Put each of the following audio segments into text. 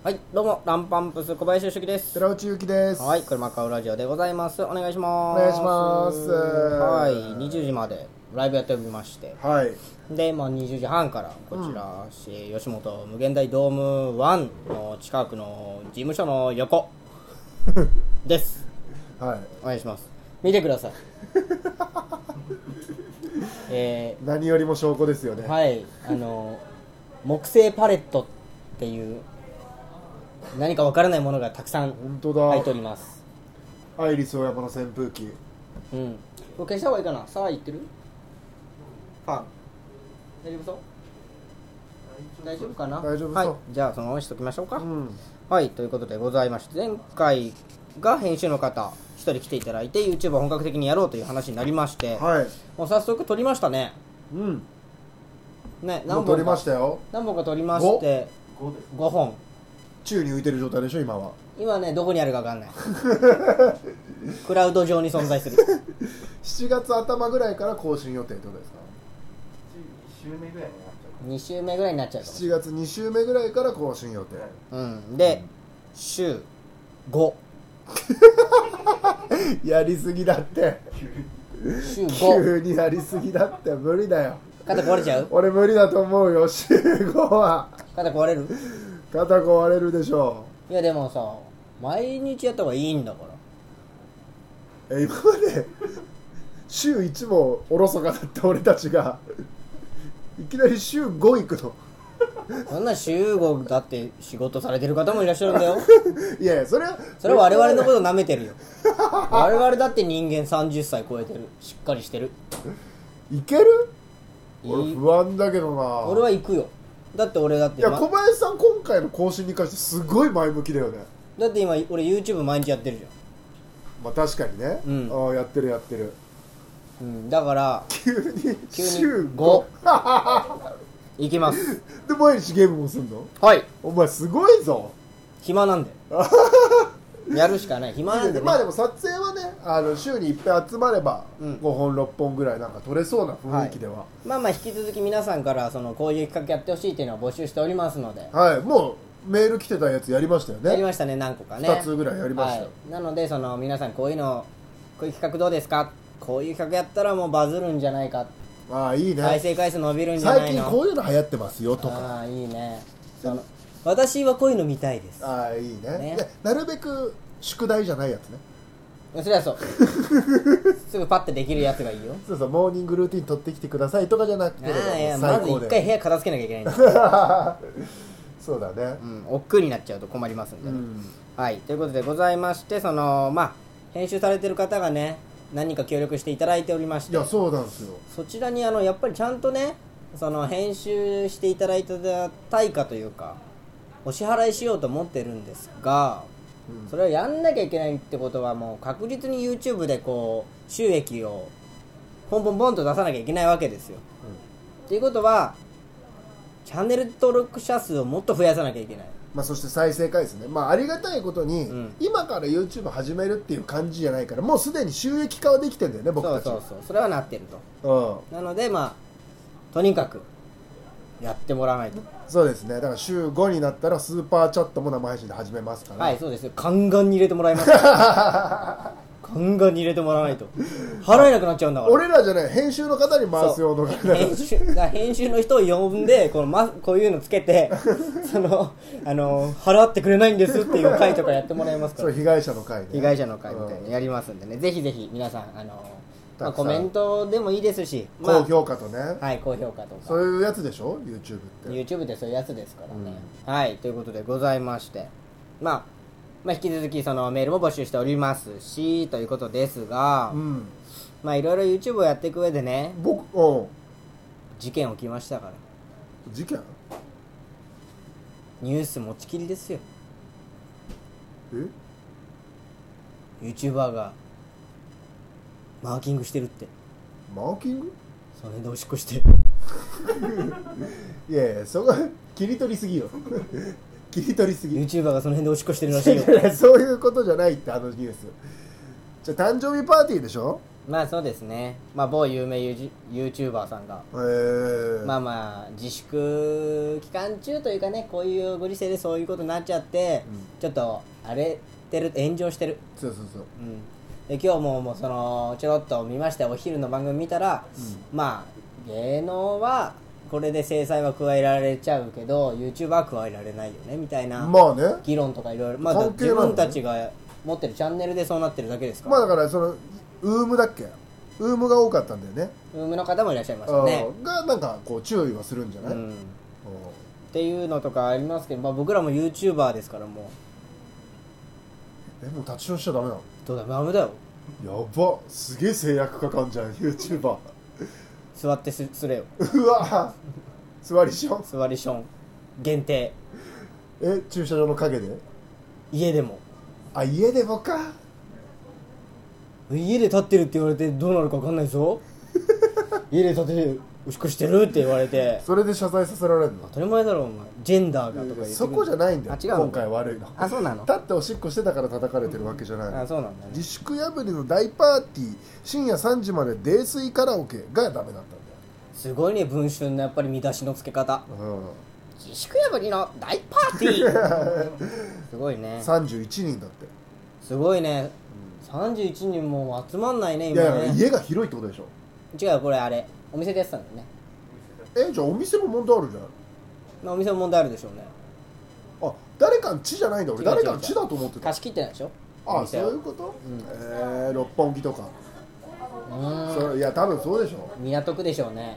はい、どうも、ランパンプス小林よしです。寺内ゆきです。はい、車買うラジオでございます。お願いしおます。願いします。はい、20時までライブやっておりまして、はい。で、まあ、20時半から、こちら、し吉本無限大ドーム1の近くの事務所の横です。はい。お願いします。見てく ださい。え何よりも証拠ですよね。ー、はい、あの、木製パレットっていう、何かわからないものがたくさん本当入っておだ。りますアイリスオーヤマの扇風機。うんこれ消した方がいいかなサワーいってるファン大丈夫そう大丈夫かな大丈夫そうはい、じゃあそのままにしときましょうか、うん。はいということでございまして前回が編集の方一人来ていただいて YouTube を本格的にやろうという話になりまして、はい。もう早速撮りましたねうん。ね何もう本取かりましたよ。何本か撮りまして5本宙に浮いてる状態でしょ今は。今ねどこにあるか分かんない クラウド上に存在する7月頭ぐらいから更新予定ってことですか。週目ぐらいになっちゃう2週目ぐらいになっちゃうかも7月2週目ぐらいから更新予定。うん、で、週5、やりすぎだって。週5、急にやりすぎだって無理だよ。肩壊れちゃう俺無理だと思うよ。週5は肩壊れる肩壊れるでしょう。いや、でもさ、毎日やった方がいいんだから。え今まで週1もおろそかだった俺たちがいきなり週5行くのそんな週5だって仕事されてる方もいらっしゃるんだよ。いやいやそれはそれは我々のこと舐めてるよ。我々だって人間30歳超えてる。しっかりしてる。いけるいい俺不安だけどな俺は行くよ。だって俺だっいて、やま小林さん今回の更新に関してすごい前向きだよねだって今俺 YouTube 毎日やってるじゃまあ確かにね、うんああやってるやってるん。うん、だから、急に急に週 5, 5。行きます。 で毎日ゲームもすんのはい。お前すごいぞ暇なん で。やるしかない。暇なんで、ね。まあでも撮影はねあの週にいっぱい集まればうん5本6本ぐらいなんか撮れそうな雰囲気では、まあまあ引き続き皆さんからそのこういう企画やってほしいっていうのを募集しておりますので、はい、もうメール来てたやつやりましたよやりね。ましたね何個かね二つぐらいやりましたよはい、なのでその皆さんこういうのこういう企画どうですかこういう企画やったらもうバズるんじゃないかああ、いい再ね。生回数伸びるんじゃな最いの近こういうの流行ってますよとか。ああいいねその私はこういうの見たいですああ、いいねねでなるべく宿題じゃないやつね。それは そうすぐパッてできるやつがいいよそうそう、モーニングルーティン取ってきてくださいとかじゃなくあて、あいやま最ず高一回で。部屋片付けなきゃいけないんだ、 そうだねう。ん、億劫になっちゃうと困りますんで、うん。はい、ということでございましてそのまあ編集されてる方がね何人か協力していただいておりましいてや、そうなんですよ。そちらにあのやっぱりちゃんとねその編集していただいた対価というかお支払いしようと思ってるんですがうんそれをやんなきゃいけないってことはもう確実に YouTube でこう収益をポンポンポンと出さなきゃいけないわけですよ。っていうことはチャンネル登録者数をもっと増やさなきゃいけない。まあ、そして再生回数ね、まあ、ありがたいことに、うん今から YouTube 始めるっていう感じじゃないからもうすでに収益化はできてんだよね僕そたうちそうそうそれはなってると。うん、なのでまあとにかくやってもらわないと、そうですねだから週5になったらスーパーチャットも生配信で始めますから、はいそうですよガンガンに入れてもらい ますガンガンに入れてもらわないと払えなくなっちゃうんだから俺らじゃない編集の方に回すようなそう編集だから編集の人を呼んでこの、ま、こういうのつけ てそのあの払ってくれないんですっていう会とかやってもらいますかそうら被害者の会ね被害者の会みたいなうのんやりますんでね、ぜひぜひ皆さんあの、まあ、たくさコんメントでもいいですし、まあ高評価とね、はい高評価とかそういうやつでしょ YouTube って YouTube でそういうやつですからね、はいということでございまして、まあ、まあ引き続きそのメールも募集しておりますしということですが、うんまあいろいろ YouTube をやっていく上でね僕う事件起きましたからん事件ニュース持ちきりですよえ YouTuber がマーキングしてるってマーキングそれでおしっこしていやいやそこ切り取りすぎよ 切り取りすぎ YouTuber がその辺でおしっ こしてるらしいよいやそういうことじゃないってあのニュースじゃあ誕生日パーティーでしょまあそうですねまあ某有名ユージ YouTuber さんがえー、まあまあ自粛期間中というかねこういうご時世でそういうことになっちゃって、うんちょっと荒れてる炎上してる、そうそうそううん、で今日ももうそのちょろっと見ましたお昼の番組見たら、まあ芸能はこれで制裁は加えられちゃうけど YouTuber は加えられないよねみたいなまあね議論とかいろいろまあ関係自ないのね分たちが持ってるチャンネルでそうなってるだけですから、まあだからそのウームだっけウームが多かったんだよねウームの方もいらっしゃいましたね、うんがなんかこう注意はするんじゃうない、ん、っおうていうのとかありますけど、まあ、僕らも YouTuber ですからもえもう立ち寄りしちゃダメなのうどうだダメだよやばすげえ制約かかんじゃん YouTuber 座ってすすれようわ座りション座りション限定え駐車場の陰で家でもあ家でもか家で立ってるって言われてどうなるか分かんない ぞ家で立ってるおしっこしてるって言われてそれで謝罪させられるの当たり前だろお前ジェンダーがとか言ってくるそこじゃないんだよあ違うの今回悪いのあそうなの立っておしっこしてたから叩かれてるわけじゃないのあそうなんだね自粛破りの大パーティー深夜3時まで泥酔カラオケがダメだっすごいね文春のやっぱり見出しの付け方たんだよ、うん自粛破りの大パーティー すごいね31人だってすごいね31人も集まんないねい今やいやね家が広いってことでしょ違うこれあれお店でやってたんだよね、えじゃあお店も問題あるじゃんまあ、お店も問題あるでしょうねあ誰かんちじゃないんだ俺違う違う誰かんちだと思ってた貸し切ってないでしょおあそ店うをいうこと、えー、六本木とか、うんそれいや多分そうでしょ港区でしょうね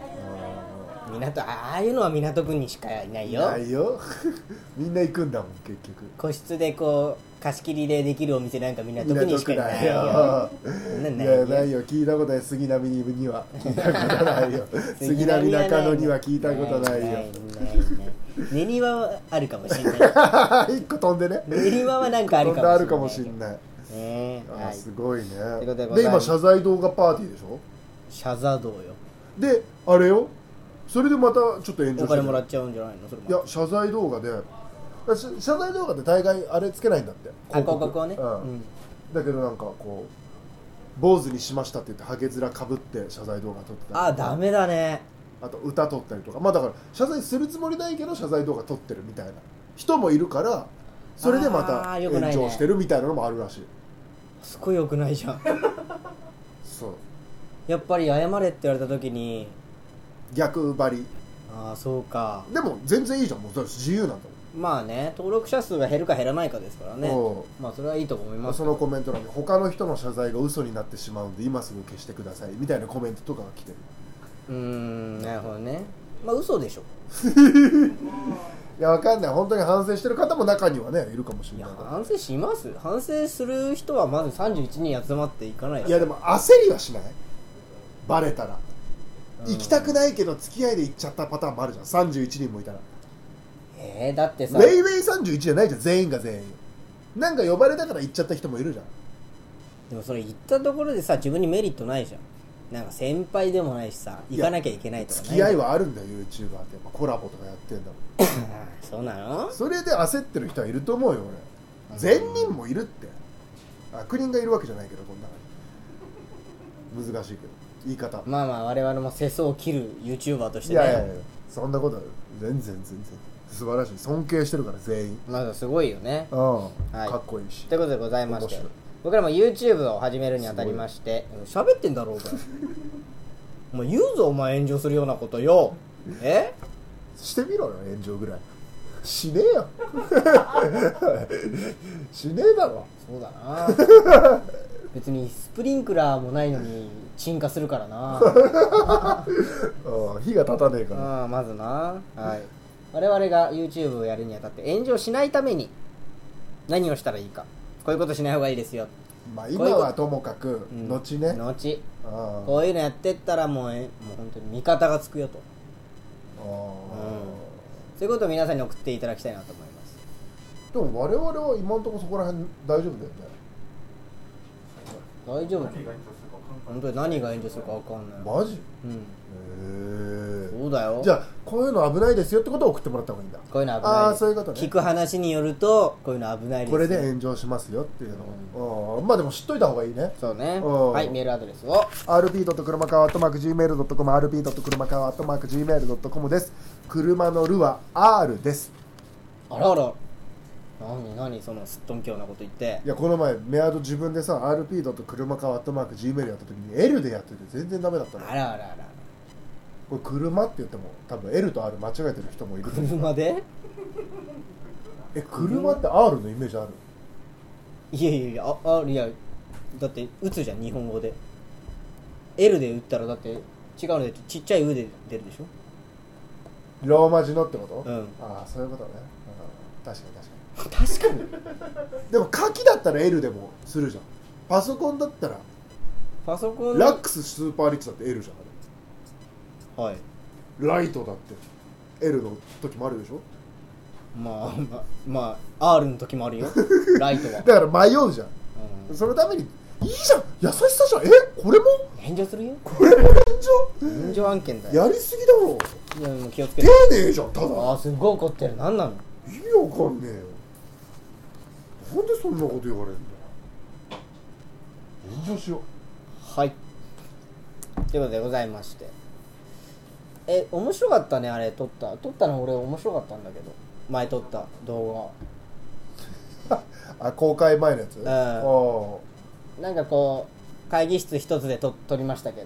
港ああいうのは港区にしかいないいよないよ みんな行くんだもん結局個室でこう貸し切りでできるお店なんか港区にしかいないよそんな港んない区だよいやよないよ聞いたことない杉並には聞いたことな いよ杉並中野には聞いたことなないなよいない練り輪はあるかもしれない 一個飛んでね練り輪はなんかある飛んであるかかももししれれないねないえあはーいすごいねということでござでいま今す謝罪動画パーティーでしょシャザ道よであれよそれでまたちょっと炎上おして金るもらっちゃうんじゃないのそれもいや謝罪動画でし謝罪動画って大概あれつけないんだってあ広告をねうんうんだけどなんかこう坊主にしましたって言ってハゲ面かぶって謝罪動画撮ってたりあダメだねあと歌撮ったりとかまあだから謝罪するつもりないけど謝罪動画撮ってるみたいな人もいるからそれでまあたー良くない炎ね上してるみたいなのもあるらしいすごい良くないじゃんそうやっぱり謝れって言われた時に逆張りああそうかでも全然いいじゃんもうだって自由なんだまあね登録者数が減るか減らないかですからねおうまあそれはいいと思いもまんすそのコメント欄に他の人の謝罪が嘘になってしまうんで今すぐ消してくださいみたいなコメントとかが来てるうーんなるほどねまあ嘘でしょいやわかんない本当に反省してる方も中にはねいるかもしいれやないから反省します反省する人はまず31人集まっていかないいやでも焦りはしないバレたら行きたくないけど付き合いで行っちゃったパターンもあるじゃん31人もいたらえー、だってウさェイウェイ31じゃないじゃん全員が全員なんか呼ばれたから行っちゃった人もいるじゃんでもそれ言ったところでさ自分にメリットないじゃんなんか先輩でもないしさ行かなきゃいけないとか付ねき合いはあるんだよ YouTuber ってやっぱコラボとかやってんだもんそうなのそれで焦ってる人はいると思うよ俺善人もいるって悪人がいるわけじゃないけどこんな感じ難しいけど言い方まあまあ我々も世相を切る YouTuber としていねやいやいやそんなことは全然全然素晴らしい尊敬してるから全員まあすごいよねうん、いかっこいいしということでございまして面白い僕らも YouTube を始めるにあたりまして喋ってんだろうが お前言うぞお前炎上するようなことよえしてみろよ炎上ぐらいしねえよ しねえだろそうだな 別にスプリンクラーもないのに沈下するからなうん火が立たねえからああまずなはい我々が YouTube をやるにあたって炎上しないために何をしたらいいかこういうことしない方がいいですよ、まあ今はともかくうん後ねうん後あこういうのやってったらもうえもう本当に味方がつくよとそういうことを皆さんに送っていただきたいなと思いますでも我々は今のところそこら辺大丈夫だよね大丈夫何が延長するか分か本んない当に何が炎上するか分かんない、マジへうんえそうそうだよじゃあこういうの危ないですよってことを送ってもらった方がいいんだこういうの危ないああですそういうことね聞く話によるとこういうの危ないですこれで炎上しますよっていうのを、うんまあでも知っといた方がいいねそうねうんはいメールアドレスを rp. 車川とマーク gmail.com rp. 車川とマーク gmail.com です車のるは R ですあらあら何何そのすっとんきょうなこと言っていやこの前メアド自分でさ rp. 車川とマーク gmail やった時に L でやってて全然ダメだったのあらあらあらあらこれ車って言っても多分 L と R 間違えてる人もいる車でえ車って R のイメージあるいやいやいやああいやだって打つじゃん日本語で L で打ったらだって違うのでちっちゃい「う」で出るでしょローマ字のってこと、うんああそういうことね、うん、確かに確か確かににでも書きだったら L でもするじゃんパソコンだったらパソコンラックススーパーリッチだって L じゃんあれはいライトだって L の時もあるでしょまあまあまあ R の時もあるよライトはだから迷うじゃんうんそのためにいいじゃん優しさじゃんえこれも炎上するよこれも炎炎上案件だ上よやりすぎだろいやもう気をつけ丁て寧じゃんただああすごい怒ってる何なの意味わかんねえよなんでそんなこと言われるんだよ炎上しようはいということでございましてえ面白かったねあれ撮った撮ったの俺面白かったんだけど前撮った動あ公開前のやつ、んああ画なんかこう会議室一つで撮撮りましたけ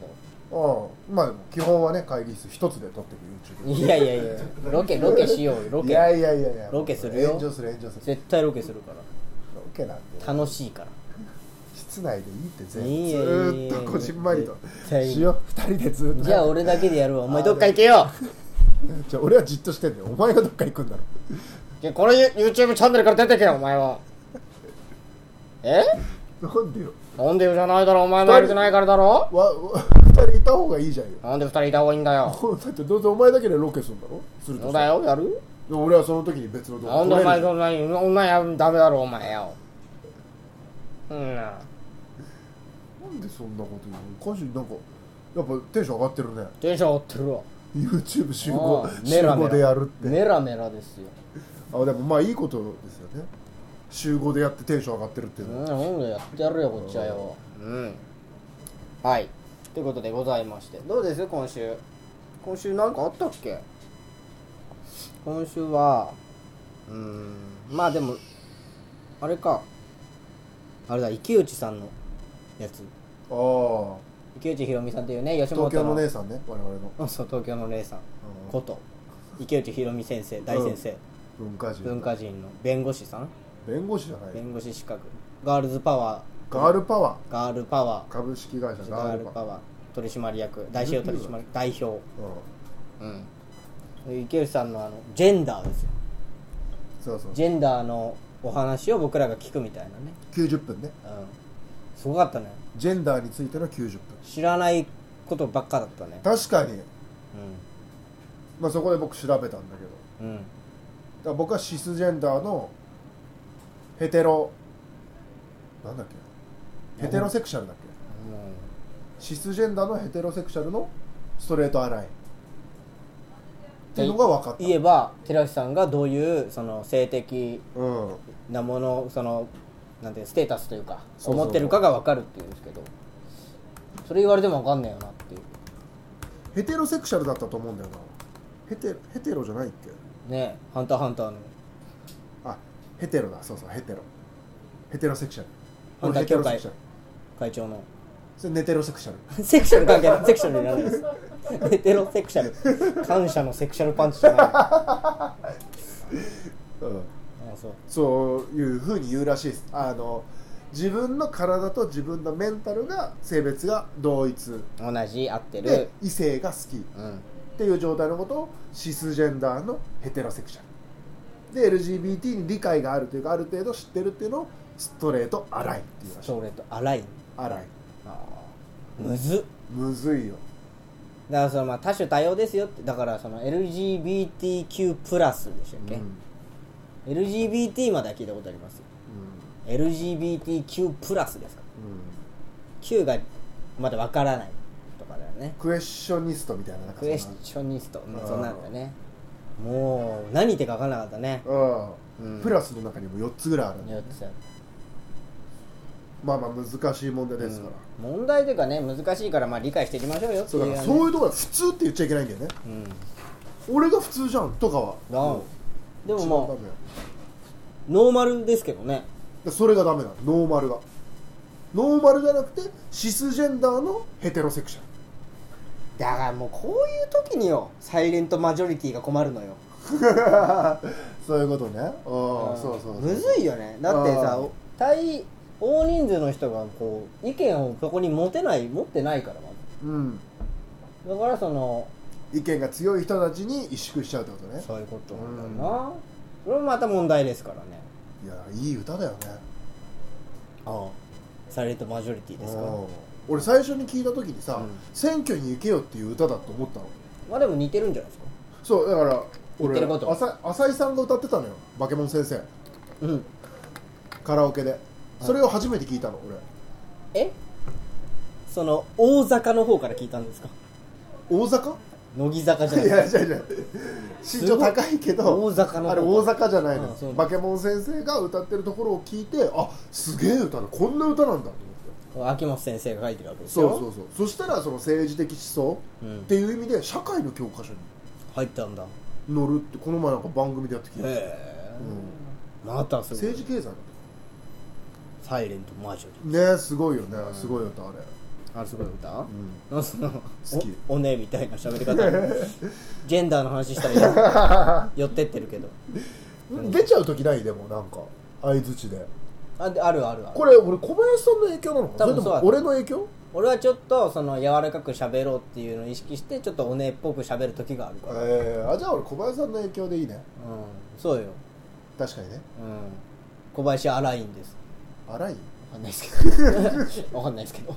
どああまあでも基本はね会議室一つで撮ってる YouTube いやいやいや ロケロケしようよロいやケいやいやいやロケするよ炎上する炎上する絶対ロケするからロケなんで楽しいから室内でいいって全いいずよーっとこじんまりと絶対いいしよう二人でずーっとじゃあ俺だけでやるわお前どっか行けよじゃあ俺はじっとしてんだよお前がどっか行くんだろじゃあこの YouTube チャンネルから出てけよお前はえなんでよなんでよじゃないだろお前もやる気ないからだろわわ二人いた方がいいじゃんよなんで二人いた方がいいんだよだってどうせお前だけでロケするんだろするとそしうだたらよやるでも俺はその時に別の動な画んでお撮れ前るじゃそんなに女やるダメだろお前ようんんなんでそんなこと言うのおかしいなんかやっぱテンション上がってるねテンション上がってるわ YouTube 集あ合あメ集ラメ合ラでやるってメラメラですよあでもまあいいことですよね集合でやってテンション上がってるっていううのは、んほんでやってやるよこっちはようんはいということでございましてどうです今週今週なんかあったっけ今週はうーんまあでもあれかあれだ池内さんのやつああ池内ひろみさんというね吉本の東京の姉さんね我々のうんそう東京の姉さんうんこと池内ひろみ先生大先生、文化人文化人の弁護士さん弁護士じゃない弁護士資格ガールズパワーガールパワガールパワー株式会社ーガガーールルパワーパワー取締役代表取締役代表ううん池内さんのあのジェンダーですよんそうそうジェンダーのお話を僕らが聞くみたいなね90分ねうんすごかったねジェンダーについての90分知らないことばっかだったね確かに、まあ、そこで僕調べたんだけどだかうんうんら僕はシスジェンダーのヘテロなんだっけヘテロセクシャルだっけもシスジェンダーのヘテロセクシャルのストレートアラインっていうのが分かっうた言えば寺内さんがどういうその性的うんなものそのなんていうのステータスというかそうそう思ってるかが分かるっていうんですけどそれ言われても分かんないよなっていうヘテロセクシャルだったと思うんだよなヘテヘテロじゃないっけねハンターハンター」のあヘテロだそうそうヘテロヘテロセクシャル反対ヘテロセクシ協ャ会ル会長のそれネテロセクシャルセクシャル関係ないセクシャルになるんですヘテロセクシャル感謝のセクシャルパンチじゃないあうんそうそういうふうに言うらしいですあの自分の体と自分のメンタルが性別が同一同じ合ってでる異性が好きっうんていう状態のことをシスジェンダーのヘテロセクシャルで LGBT に理解があるというかある程度知ってるっていうのをストレートアラインっていうらしいそれとアラインアラインあーむずっむずいよだからそのまあ多種多様ですよってだからその LGBTQ+ プラスでしたっけ、うん LGBT までは聞いたことありますよ LGBTQ+ プラスですかうん Q がまだわからないとかだよねねクエスチョニストみたいななんかクエスョチョニスト、うんあーそうなんだねもう何言ってか分かんなかったねうんうんプラスの中にも4つぐらいあるんで4つまあまあ難しい問題ですから、問題というかね難しいからまあ理解していきましょうよってそいうだうかねらそういうところは普通って言っちゃいけないんだよねうん俺が普通じゃんとかはなうんでも一ま番ダメよあノーマルですけどねでそれがダメなのノーマルがノーマルじゃなくてシスジェンダーのヘテロセクシャ ルだからもうこういう時によサイレントマジョリティが困るのよそういうことねああそうそうそうむずいよねだってさあー大大人数の人がこう意見をそこに持てない持ってないからまうんずだからその意見が強い人たちに萎縮しちゃうってことねそういうことなんだよなこれもまた問題ですからねいやいい歌だよねああサイレントマジョリティですかうん俺最初に聞いた時にさ、うん選挙に行けよっていう歌だと思ったのまあでも似てるんじゃないですかそうだから言って俺ること浅浅井さんが歌ってたのよバケモン先生うんカラオケでそれを初めて聞いたの俺えその大坂の方から聞いたんですか大阪乃木坂じゃないいやで違すう違う 身長高いけど大阪のあれ大阪じゃないうんのそうよバケモン先生が歌ってるところを聞いてあすげえ歌だこんな歌なんだと思ってか秋元先生が書いてるわけですそようそうそうそしたらその政治的思想うんっていう意味で社会の教科書に入ったんだ乗るってこの前なんか番組でやって聞いた、へえうんまたすごい政治経済のサイレントマジョリねすごいよねすごい歌あれ、ティあすごい歌、うんなんかその好きおおねえみたいな喋 り方ジェンダーの話したら寄ってってるけど出ちゃう時ないでもなんか相づちであであるあるあるこれ俺小林さんの影響なの多かな分それとそうだも俺の影響俺はちょっとその柔らかく喋ろうっていうのを意識してちょっとおねえっぽく喋る時があるから、えー、あじゃあ俺小林さんの影響でいいねうんそうよ、確かにねうん、小林荒いんです荒いわかんないですけどわかんないですけど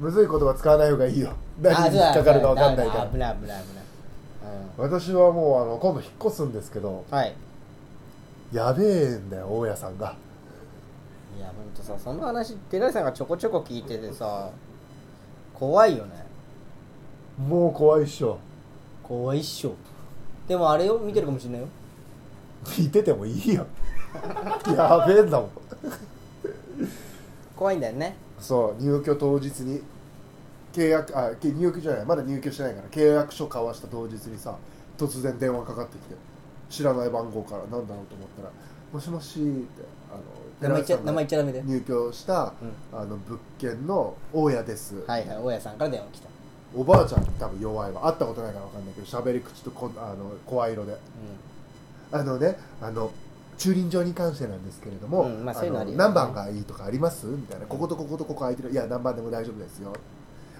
むずい言葉使わない方がいいよ 何に引っかかるか分かんないかあそうだそうだ危らない危ない危ない、私はもうあの今度引っ越すんですけどうん、はいやべえんだよ大家さんがいやほんとさその話寺井さんがちょこちょこ聞いててさ怖いよねもう怖いっしょ怖いっしょでもあれよ見てるかもしれないよ聞いててもいいよやべえんだもん怖いんだよねそう入居当日に契約あけ入居じゃないまだ入居してないから契約書交わした当日にさ突然電話かかってきて知らない番号からなんだろうと思ったら「もしもし」って名あの前言っちゃ寺井さん名が前言っちゃダメだよ入居した、うあの物件の大家です、はいはい大家さんから電話来た、おばあちゃん多分弱いわ会ったことないから分かんないけど喋り口とこんあの声色であのねあの駐輪場に関してなんですけれども、うんまあそういうのあるよね何番がいいとかありますみたいなこことこことここ空いてるいや何番でも大丈夫ですよ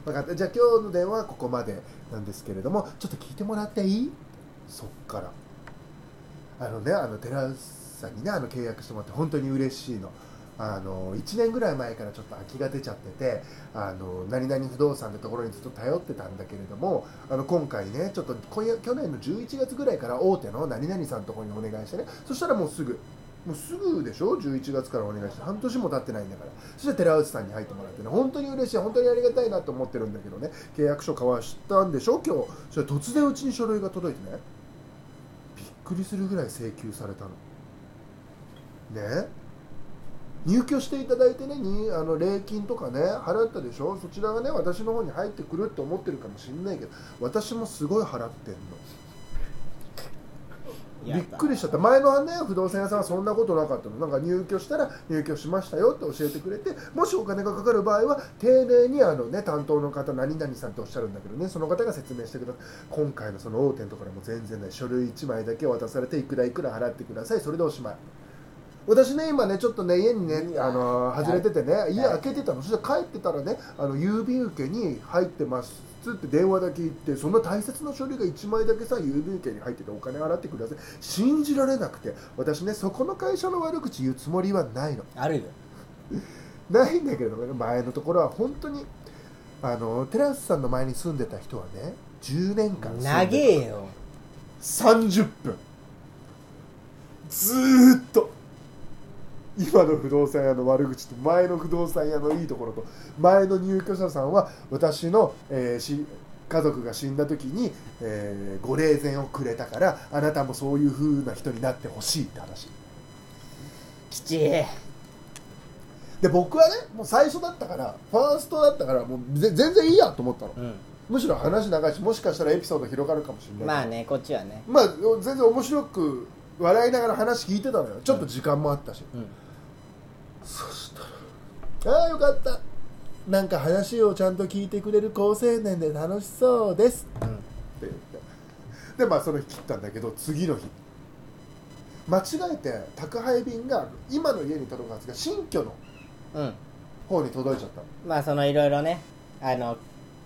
分かったじゃあ今日の電話はここまでなんですけれどもちょっと聞いてもらっていいそっからあのねあの寺さんにねあの契約してもらって本当に嬉しいのあの1年ぐらい前からちょっと空きが出ちゃっててあの何々不動産ってところにずっと頼ってたんだけれどもあの今回ねちょっと今夜去年の11月ぐらいから大手の何々さんのところにお願いしてねそしたらもうすぐもうすぐでしょ11月からお願いして半年も経ってないんだからそして寺内さんに入ってもらってね本当に嬉しい本当にありがたいなと思ってるんだけどね契約書交わしたんでしょ今日それ突然うちに書類が届いてねびっくりするぐらい請求されたのね入居していただいてねにあの礼金とかね払ったでしょそちらがね私の方に入ってくるって思ってるかもしれないけど私もすごい払ってんのうん、びっくりしちゃった前のね不動産屋さんはそんなことなかったのなんか入居したら入居しましたよって教えてくれてもしお金がかかる場合は丁寧にあのね担当の方何々さんっておっしゃるんだけどねその方が説明してください今回のその大手のところも全然ない書類1枚だけ渡されていくらいくら払ってくださいそれでおしまい私ね今ねちょっとね家にねうわあの外れててね家はい開けてたのそして帰ってたらねあの郵便受けに入ってますつって電話だけ言ってそんな大切な書類が1枚だけさ郵便受けに入っててお金払ってください信じられなくて私ねそこの会社の悪口言うつもりはないのあるよないんだけれどもね前のところは本当にあのテラスさんの前に住んでた人はね10年間住んでた長えよ30分ずーっと今の不動産屋の悪口と前の不動産屋のいいところと前の入居者さんは私の、えーし家族が死んだ時に、えーご霊前をくれたからあなたもそういう風な人になってほしいって話きちいで僕はねもう最初だったからファーストだったからもうぜ全然いいやと思ったのうんむしろ話長いしもしかしたらエピソード広がるかもしれないまあねこっちはねまあ全然面白く笑いながら話聞いてたのよちょっと時間もあったし、うんそしたらああよかったなんか話をちゃんと聞いてくれる好青年で楽しそうですうんって言ってでまあその日切ったんだけど次の日間違えて宅配便が今の家に届くはずが新居のうん方に届いちゃったのまあそのいろいろねあの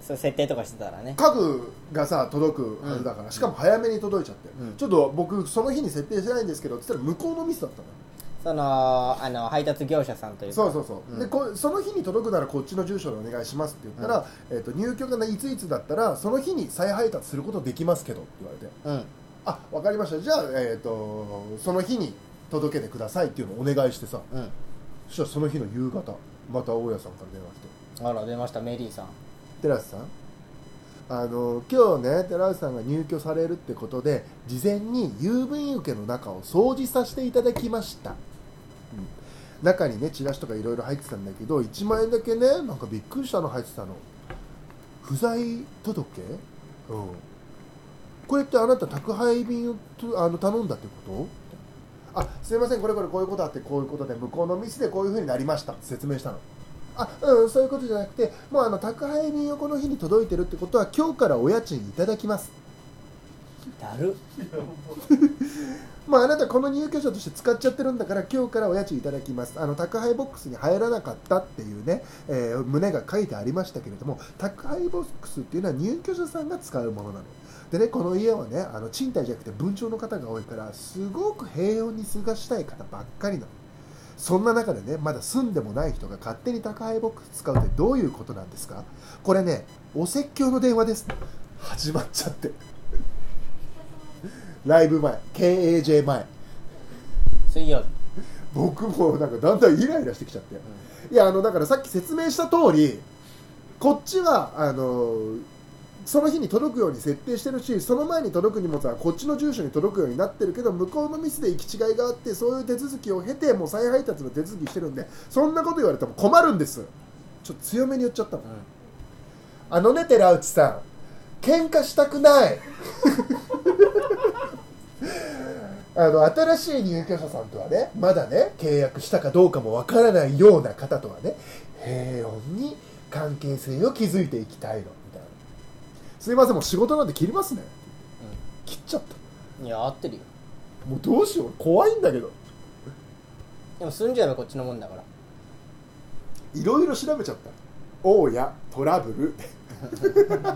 そう設定とかしてたらね家具がさ届くはずだから、しかも早めに届いちゃって、うんちょっと僕その日に設定してないんですけどって言ったら向こうのミスだったのよそのあの配達業者さんというかそうそうそう、うんでこその日に届くならこっちの住所でお願いしますって言ったら、えー、と入居がいついつだったらその日に再配達することできますけどって言われてうんあわかりましたじゃあ、えー、とその日に届けてくださいっていうのをお願いしてさうんそしたらその日の夕方また大家さんから電話来てあら出ましたメリーさん「寺スさんあの今日ね寺スさんが入居されるってことで事前に郵便受けの中を掃除させていただきました」中にねチラシとかいろいろ入ってたんだけど1万円だけねなんかびっくりしたの入ってたの不在届うんこれってあなた宅配便をとあの頼んだってことあすいませんこれこれこういうことあってこういうことで向こうのミスでこういうふうになりましたって説明したのあうんそういうことじゃなくてもうあの宅配便をこの日に届いてるってことは今日からお家賃いただきますだるまあ、あなたこの入居者として使っちゃってるんだから今日からお家賃いただきますあの宅配ボックスに入らなかったっていうね、えー旨が書いてありましたけれども宅配ボックスっていうのは入居者さんが使うものなのでねこの家はねあの賃貸じゃなくて分譲の方が多いからすごく平穏に過ごしたい方ばっかりなのそんな中でねまだ住んでもない人が勝手に宅配ボックス使うってどういうことなんですかこれねお説教の電話です始まっちゃってライブ前 KAJ 前水曜日僕もなんかだんだんイライラしてきちゃって、いやあのだからさっき説明した通りこっちはあのその日に届くように設定してるしその前に届く荷物はこっちの住所に届くようになってるけど向こうのミスで行き違いがあってそういう手続きを経てもう再配達の手続きしてるんでそんなこと言われても困るんですちょっと強めに言っちゃったの、んあのね寺内さん喧嘩したくないあの新しい入居者さんとはねまだね契約したかどうかもわからないような方とはね平穏に関係性を築いていきたいのみたいなすいませんもう仕事なんで切りますね、切っちゃったいや合ってるよもうどうしよう怖いんだけどでも住んじゃえばこっちのもんだからいろいろ調べちゃった大家トラブ ル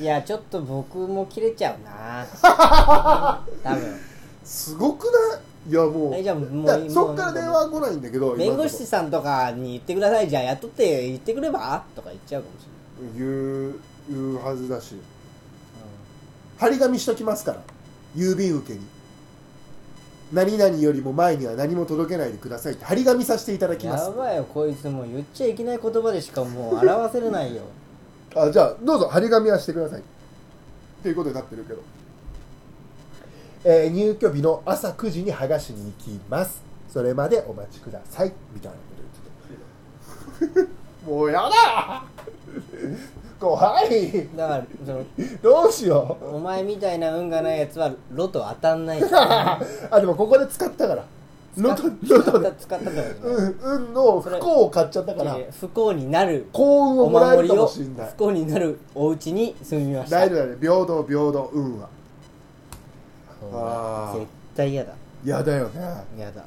いやちょっと僕も切れちゃう な多分すごくないいやもうえじゃあもうだもうそっから電話来ないんだけど弁護士さんとかに言ってくださいじゃあ雇って言ってくればとか言っちゃうかもし今のところ言う言うはずだしれない、張り紙しときますから郵便受けに何々よりも前には何も届けないでくださいって張り紙させていただきますやばいよこいつもう言っちゃいけない言葉でしかもう表せれないよあじゃあどうぞ張り紙はしてくださいっていうことになってるけど、えー入居日の朝9時に剥がしに行きますそれまでお待ちくださいみたいな こと言ってたもうやだ怖いだからそのどうしようお前みたいな運がないやつはロト当たんないよあでもここで使ったから ロトロ使トっでた使ったからねうん運の不幸を買っちゃったからいや不幸になる幸運をおもらえ守りるかをもしれない不幸になるお家に住みました大丈夫だね平等平等運はあー絶対嫌だ嫌だよね嫌だ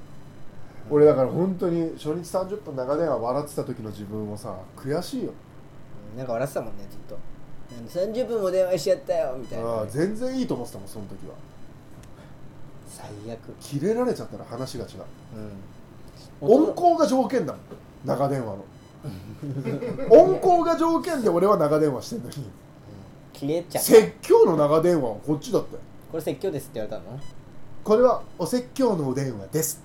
俺だから本当に初日30分長電話笑ってた時の自分をさ悔しいよなんか笑ってたもんねずっとなんで30分も電話しちゃったよみたいあなあ全然いいと思ってたもんその時は最悪キレられちゃったら話が違ううん温厚が条件だもん長電 話の温厚が条件で俺は長電話してんのに切れちゃう説教の長電話はこっちだったよこれ説教ですって言われたのこれはお説教のお電話です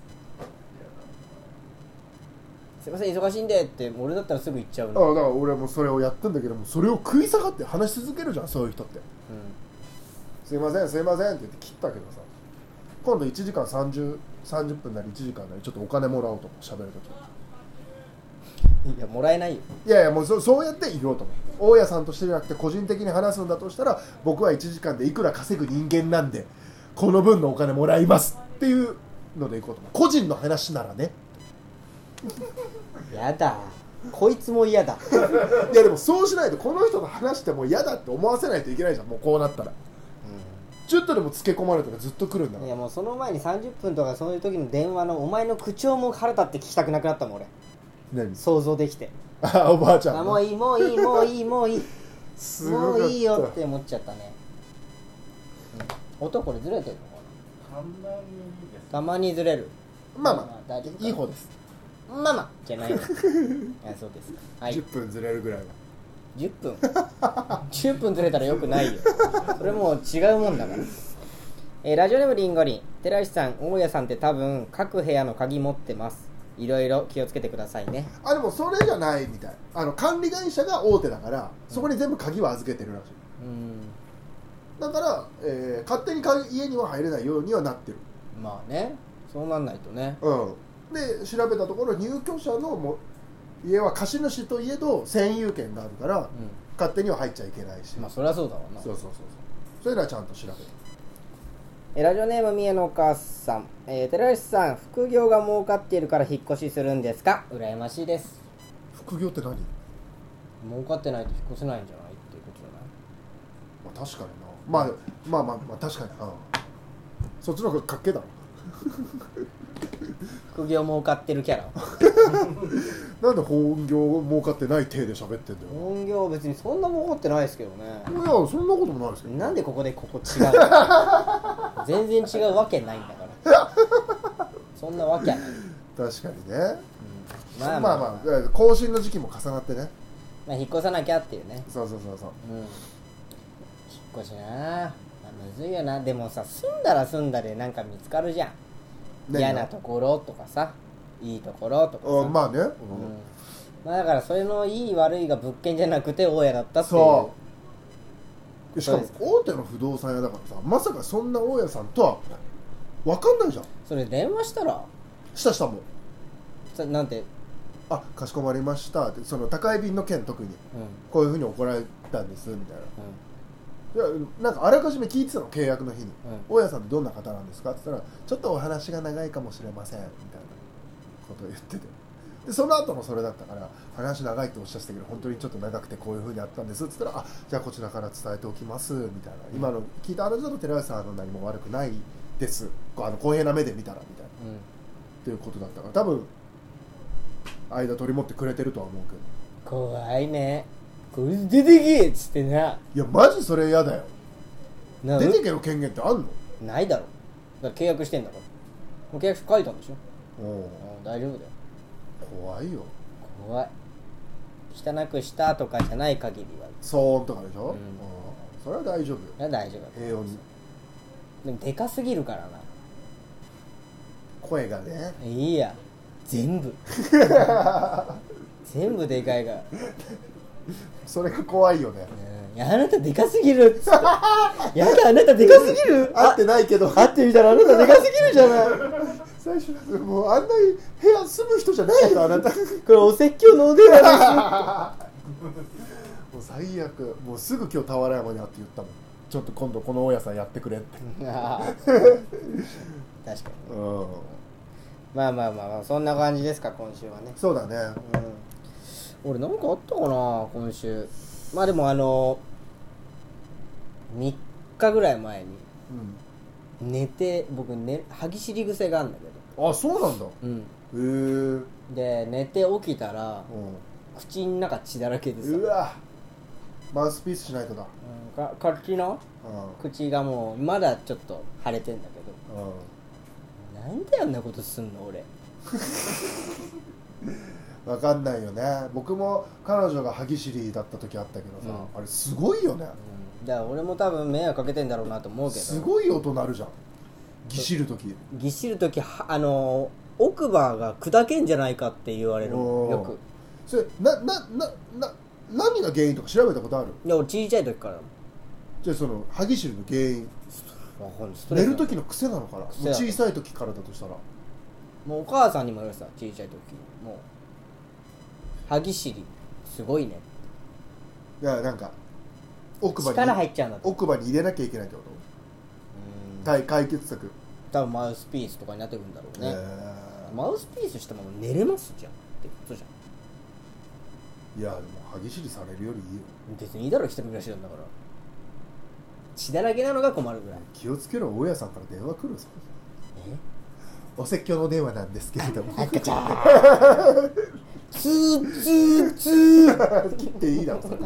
すいません忙しいんでって俺だったらすぐ行っちゃうあだの、うん、から俺もそれをやったんだけどもそれを食い下がって話し続けるじゃんそういう人ってすいませんすいませんって言って切ったけどさ今度1時間 30, 30分なり1時間なりちょっとお金もらおうと思う喋るときいやもらえないよいやいやもうそそうやっていろうと思って大家さんとしてじゃなくて個人的に話すんだとしたら僕は1時間でいくら稼ぐ人間なんでこの分のお金もらいますっていうのでいこうと思う個人の話ならねやだこいつも嫌だいやでもそうしないとこの人と話しても嫌だって思わせないといけないじゃんもうこうなったらちょっとでもつけ込まれたらずっと来るんだかいらやもうその前に30分とかそういう時の電話のお前の口調も腹立って聞きたくなくなったもん俺何想像できて あおばあちゃあんもういいもういいもういいもういいすごかもったういいよって思っちゃったね、うん、音これずれてるのかたまにですなたまにずれるまあま大丈夫あいい方です、ママじゃない のいやそうですかはい10分ずれるぐらいは10分10分ずれたらよくないよそれもう違うもんだから、えーラジオネームリンゴリン寺石さん大家さんって多分各部屋の鍵持ってますいろいろ気をつけてくださいねあでもそれじゃないみたいあの管理会社が大手だからそこに全部鍵は預けてるらしいうんだから、えー勝手に鍵家には入れないようにはなってるまあねそうなんないとねうんで調べたところ入居者のも家は貸主といえど占有権があるからう勝手には入っちゃいけないし、んまあそりゃそうだわなそうそうそうそうそういうのはちゃんと調べるえーラジオネーム三重のお母さん、えー、寺石さん副業が儲かっているから引っ越しするんですか羨ましいです副業って何、ま儲かってないと引っ越せないんじゃないっていうことじゃないあ、確かにな、まあ、まあまあまあ確かに、うん、そっちの方がかっけえだろ副業儲かってるキャラなんで本業儲かってない体で喋ってんだよ、本業は別にそんな儲かってないですけどねいやそんなこともないですよなんでここでここ違 うの全然違うわけないんだからそんなわけはない、うん確かにねままあまあまあ、あ、まあ更新の時期も重なってね引っ越さなきゃっていうね、そうそうそうそううん、引っ越しなあ、まあむずいよなでもさ住んだら住んだでなんか見つかるじゃん何が嫌なところとかさいいところとかさあまあね、うんうんまあだからそれのいい悪いが物件じゃなくて大家だったっていうそそうしかも大手の不動産屋だからさまさかそんな大家さんとは分かんないじゃんれ電話したらしたしたもんさなんて、あかしこまりましたってその高い便の件特にうんうん、こういうふうに怒られたんですみたいないやなんかあらかじめ聞いてたの契約の日に、大家さんってどんな方なんですかって言ったらちょっとお話が長いかもしれませんみたいなことを言っててでその後もそれだったから話長いっておっしゃってたけど本当にちょっと長くてこういうふうにあったんですって言ったらあじゃあこちらから伝えておきますみたいな今の聞いた話だと寺内さんあの何も悪くないですあの公平な目で見たらみたいなうんっていうことだったから多分間取り持ってくれてるとは思うけど怖いねこれ出てけっつってないやマジそれ嫌だよな出てけの権限ってあんのうないだろだから契約してんだからもう契約書書いたんでしょ、おううん、大丈夫だよ怖いよ怖い汚くしたとかじゃない限りは騒音とかでしょ、うんうんそれは大丈夫よそれは大丈夫だと思平穏にうでもでかすぎるからな声がねいいや全部全部でかいから、それが怖いよねうん、いやあなたでかすぎるっつってやだあなたでかすぎる会ってないけど会ってみたらあなたでかすぎるじゃない最初なんかもうあんなに部屋住む人じゃないよあなたもこれお説教のおでだう最悪もうすぐ今日俵山に会って言ったもんちょっと今度この大家さんやってくれってしああ確かにうんまあまあまあまあそんな感じですか今週はねそうだねうん俺なんかあったかな今週まあでもあの3日ぐらい前に寝て僕ね歯ぎしり癖があるんだけうんあそうなんだへどうんえうんで寝て起きたら口の中血だらけでさうわマウスピースしないとだうんか口のう口がもうまだちょっと腫れてんだけどん、うん、なんであんなことすんの俺分かんないよね僕も彼女が歯ぎしりだった時あったけどさ、うあれすごいよね、うんだから俺も多分迷惑かけてんだろうなと思うけどすごい音鳴るじゃんぎしる時ぎっしりときはあの奥歯が砕けんじゃないかって言われるおーよくそれなななな何が原因とか調べたことあるいや俺小さい時からじゃあその歯ぎしりの原因わかんないストレ寝スる時の癖なのかなもう癖だ小さい時からだとしたらもうお母さんにも言われてた小さい時もう歯ぎしりすごいねいやなんか奥歯に力入っちゃうんだと奥歯に入れなきゃいけないってことうん対解決策、多分マウスピースとかになってくるんだろうね、えーマウスピースしたまま寝れますじゃんってことじゃんいやでも歯ぎしりされるよりいいよ別にいいだろ一人暮らしなんだから血だらけなのが困るぐらい気をつけろ大家さんから電話来るぞえお説教の電話なんですけれども赤ちゃんツーツーツー 切っていいだろそれ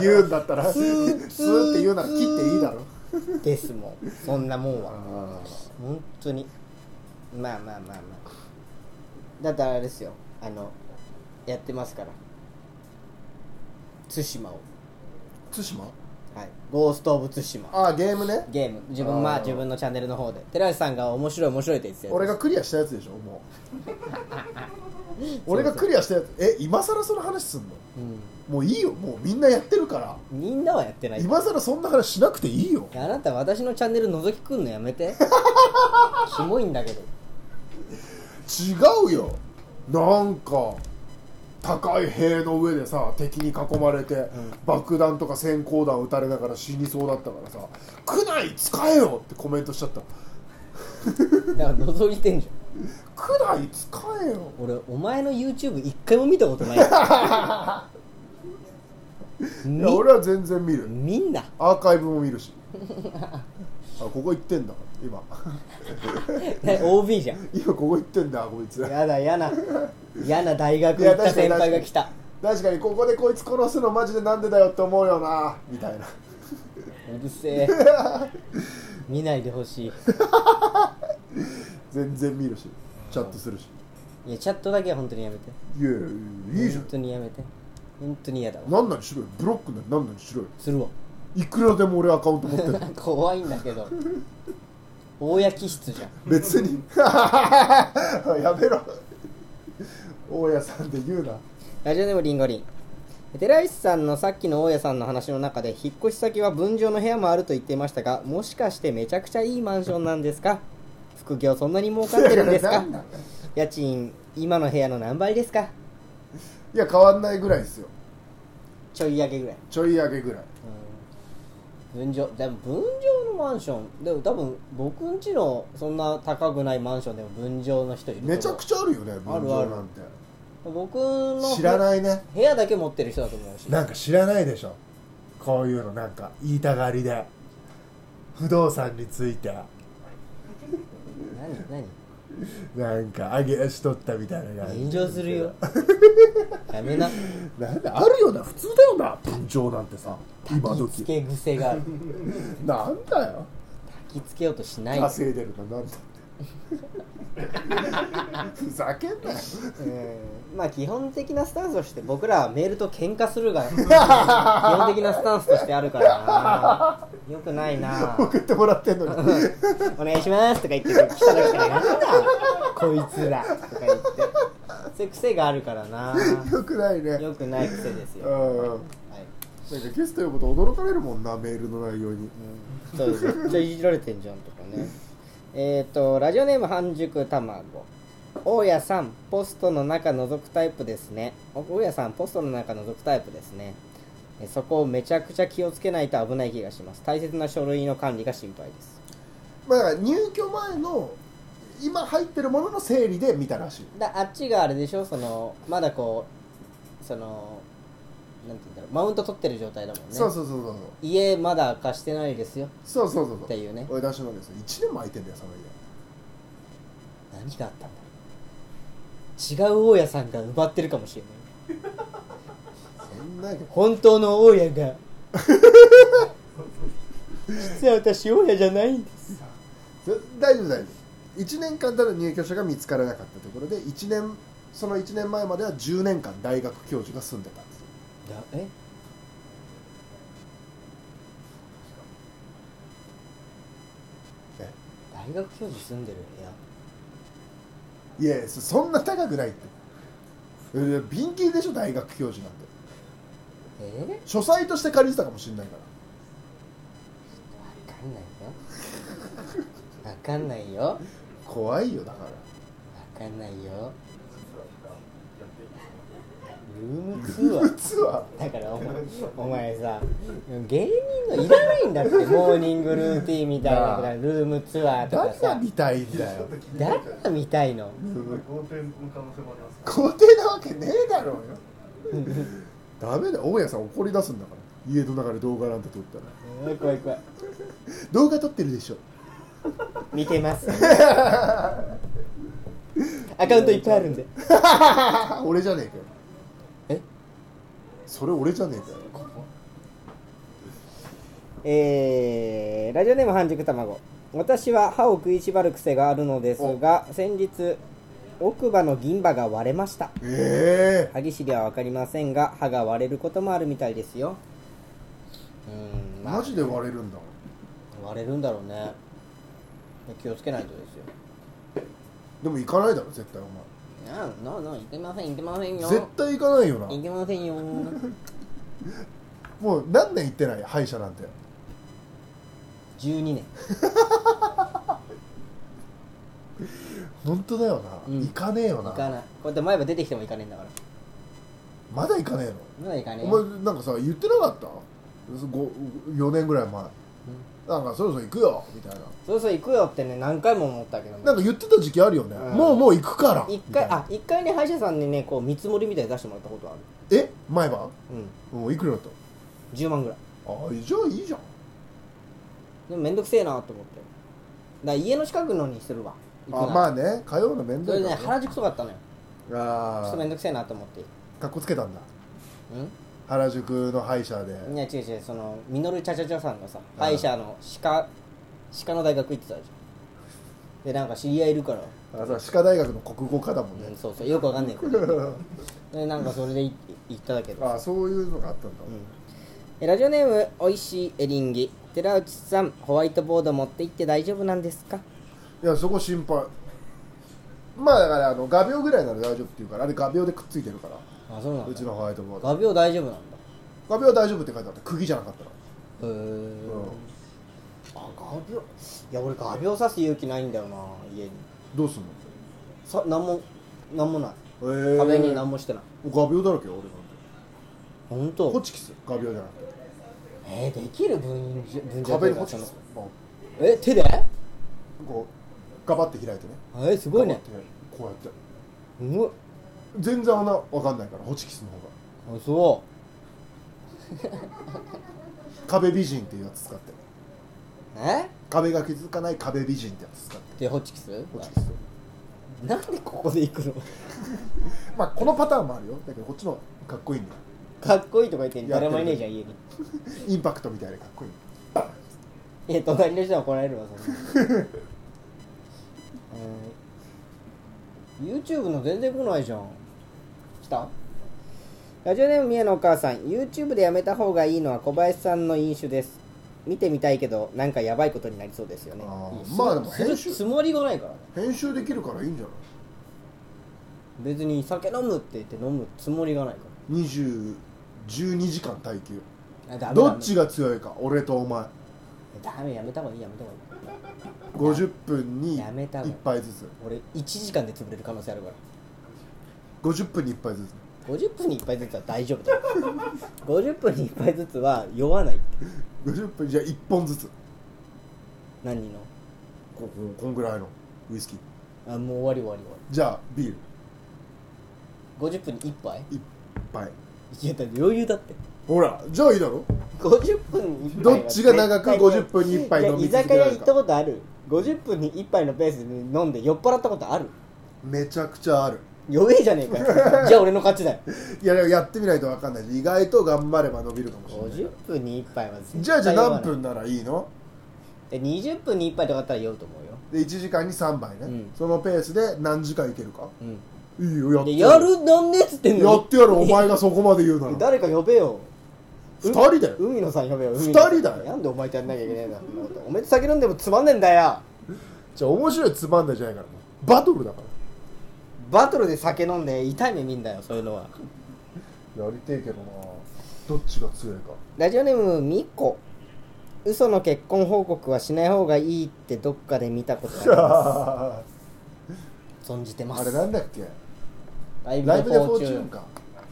言うんだったらツスーーツーって言うなら切っていいだろですもんそんなもんはあ本当にまあまあまあまあだってあれですよあのやってますから対馬をー対馬はいゴースト・オブ・対馬ああゲームねゲーム自分まああー自分のチャンネルの方で寺内さんが面白い面白いって言ってたやつ俺がクリアしたやつでしょもう 俺がクリアしたやつえ今更その話すんのうもういいよもうみんなやってるからんみんなはやってない今更そんな話しなくていいよいやあなた私のチャンネル覗きくんのやめ てキモいんだけど違うよなんか高い塀の上でさ敵に囲まれて、爆弾とか閃光弾撃たれながら死にそうだったからさ「区内使えよ!」ってコメントしちゃっただから覗いてんじ「区内使えよ!ゃん俺お前の YouTube 一回も見た ことないいみや」俺は全然見るみんなアーカイブも見るしあここ行ってんだ今 ね OB じゃん今ここ行ってんだこいつやだやなやな大学行った先輩が来た確かにここでこいつ殺すのマジでなんでだよって思うよなみたいなうるせえ見ないでほしい全然見るしチャットするしいやチャットだけは本当にやめていやいやいいじゃん本当にやめて本当に嫌だわ何々しろよブロックなら何々しろよするわいくらでも俺アカウント持って る怖いんだけど公気質じゃん別に やめろ大家さんで言うなラジオネームリンゴリン寺石さんのさっきの大家さんの話の中で引っ越し先は分譲の部屋もあると言っていましたがもしかしてめちゃくちゃいいマンションなんですか副業 そんなに儲かってるんですか 何なんだ家賃今の部屋の何倍ですかいや変わんないぐらいですよちょい上げぐらいちょい上げぐらい分譲でも分譲のマンションでも多分僕んちのそんな高くないマンションでも分譲の人いると思うめちゃくちゃあるよねある分譲なんて僕の知らないね部屋だけ持ってる人だと思うしなんか知らないでしょこういうのなんか言いたがりで不動産について何何なんか上げ足取ったみたいな炎上するよやめななんであるよな普通だよな文鳥なんてさ今焚きつ時け癖があるなんだよ焚きつけようとしない、稼いでるかなんだってふざけんなようんまあ基本的なスタンスとして僕らはメールと喧嘩するが基本的なスタンスとしてあるからなよくないな送ってもらってんのに「お願いします」とか言って来た時から「なんだこいつら」とか言ってそういう癖があるからなよくないねよくない癖ですうよ、んはなんかゲスト呼ぶと驚かれるもんなメールの内容にい、そうですめっちゃいじられてんじゃんとかねえっとラジオネーム半熟卵大家さんポストの中覗くタイプですね大家さんポストの中覗くタイプですねえそこをめちゃくちゃ気をつけないと危ない気がします大切な書類の管理が心配ですまあだから入居前の今入ってるものの整理で見たらしいだあっちがあれでしょそのまだこうそのなんて言うんだろうマウント取ってる状態だもんねそうそうそうそう家まだ貸してないですよそうそうそうそうっていうね俺出しのですよ1年も空いてんだよその何があったんだろう違う大家さんが奪ってるかもしれない家そんな本当の大家が実は私大家じゃないんですそ大丈夫大丈夫1年間ただ入居者が見つからなかったところで1年その1年前までは10年間大学教授が住んでたんですよだええ大学教授住んでる部屋いやそそんな高くないってえーピンキリでしょ大学教授なんてえー書斎として借りてたかもしれないからわかんないよ。わかんないよ。わ怖いよだからかんないよ。ルーム2は。実はだからお前お前さ芸人のいらないんだってモーニングルーティンみたいなとなかあルームツアーとか旦那さみたいん だよ誰が見た いの豪邸の可能性もあります皇帝なわけねえだろうよダメだよ大家さん怒り出すんだから家の中で動画なんて撮ったら怖い怖い怖い動画撮ってるでしょ見てますアカウントいっぱいあるんであ俺じゃねえかよえそれ俺じゃねえかよえーラジオネーム半熟卵私は歯を食いしばる癖があるのですが先日奥歯の銀歯が割れましたええ歯ぎしりは分かりませんが歯が割れることもあるみたいですようーん、まあマジで割れるんだ割れるんだろうね気をつけないとですよでも行かないだろ絶対おななな行けません行けません前絶対行かないよな行けませ んよもう何年行ってない歯医者なんて12年本当だよな、うん行かねえよ行なかないこうやって前歯出てきても行かねえんだからまだ行かねえのまだ行かねえお前なんかさ言ってなかった4年ぐらい前なんかそろそろ行くよみたいなそうそう行くよってね何回も思ったけどなんねか言ってた時期あるよね、うんもうもう行くから一みた回いなあ一回ね歯医者さんにねこう見積もりみたいに出してもらったことあるえ前歯うんもういくらだった10万ぐらいあじゃあいいじゃんでも面倒くせえなと思ってだから家の近くのにするわ行あくならまあね通うの面そ倒れいでねから、ね、原宿とかあったのよちょっあと面倒くせえなと思ってあかっこつけたんだうん原宿の歯医者でいや違う違うそのミノルチャチャチャさんがさ歯医者の歯科歯科の大学行ってたじゃんでなんか知り合いいるから、あそう歯科大学の国語科だもんねうん、そうそうよくわかんないけどでなんかそれでい行っただけど あそういうのがあったんだ、うんえラジオネームおいしいエリンギ寺内さんホワイトボード持って行って大丈夫なんですかいやそこ心配まあだからあの画鋲ぐらいなら大丈夫っていうからあれ画鋲でくっついてるからあそうなんうちだのホワイトボード画鋲大丈夫なんだ画鋲は大丈夫って書いてあった釘じゃなかったらへえ、うんあ画鋲いや俺画鋲刺す勇気ないんだよな家にどうすんのさなんもなんもないえ壁に何もしてない画鋲だらけよ俺なんて本当。ホチキス画鋲じゃなくえー、できる分じ分て譲という壁にホかチそキのスこえ手でうこうガバって開いてねえー、すごいガねバってこうやってうむ全然穴わかんないからホチキスの方があそ壁美人っていうやつ使ってうえ壁が気づかない壁美人ってやつ使ってでホチキスホチキスなんでここで行くの まあこのパターンもあるよだけどこっちの方がかっこいいんだよかっこいいとか言ってんのやって誰もいるねえじゃん家にインパクトみたいでかっこいいいや隣の人は怒られるわそんなえ ー YouTube の全然来ないじゃん来たラジオネーム三重のお母さん YouTube でやめた方がいいのは小林さんの飲酒です見てみたいけどなんかやばいことになりそうですよねあーいやまあでもする編集するつもりがないからね編集できるからいいんじゃ別に酒飲むって言って飲むつもりがないかない20 12時間耐久らあダメどっちが強いか俺とお前ダメダメやめた方がいいやめた方がいい50分にやめたわ1杯ずつ俺1時間で潰れる可能性あるから50分に1杯ずつ50分に1杯ずつは大丈夫だよ50分に1杯ずつは酔わないって50分じゃあ1本ずつ何のこここんぐらいのウイスキーあもう終わり終わり終わじゃあビールり50分に1杯1杯いやだって余裕だってほらじゃあいいだろ50分に1杯はどっちが長絶く対に50分に一杯飲みいや居続酒けら屋れ行るかったことある50分に1杯のペースで飲んで酔っ払ったことあるめちゃくちゃある弱えじゃねえかよじゃあ俺の勝ちだよいやでもやってみないと分かんないし意外と頑張れば伸びるかもしれない50分に1杯は絶対じゃあじゃあ酔わない何分ならいいので20分に1杯とかだったら酔うと思うよで1時間に3杯ね、うんそのペースで何時間いけるかうんいいよやってでややるなんねっつってんのやってやるお前がそこまで言うなら誰か呼べよ2人だよ海野さん呼べよ海二野さん人だよなんでお前とやんなきゃいけないんだそんなことお前と酒飲んでもつまんねえんだよじゃあ面白いつまんないじゃないからもうバトルだからバトルで酒飲んで痛い目見んだよそういうのはやりてえけどなどっちが強い かラジオネームみこ嘘の結婚報告はしない方がいいってどっかで見たことありまあ す存じてますれなんだっけライブライブででフフォォーーチチュューーンンか懐か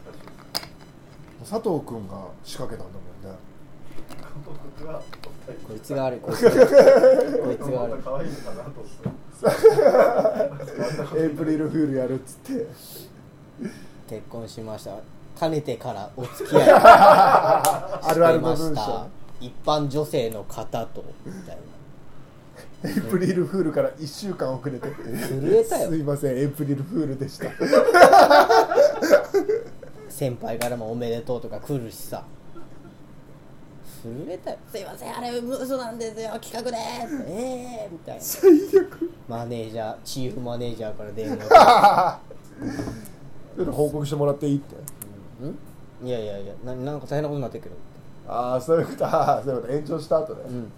しい佐藤君が仕掛けたんだもんね僕はこいつ が悪いこいつが悪いこいつが悪い可愛いのかなと思って エイプリルフールやるっつ って結婚しましたかねてからお付き 合いしあるあてるのまし文章た一般女性の方とみたいなエイプリルフールから1週間遅れて震えたよ すいませんエイプリルフールでした先輩からも「おめでとう」とか来るしさ震えたよ「すいませんあれ嘘なんですよ企画でーす」ええー、みたいな最悪マネージャーチーフマネージャーから電話がそれで報告してもらっていいってんいやいやいやななんか大変なことになってるけどああそういうこと ああそういうこと延長した後ね、うん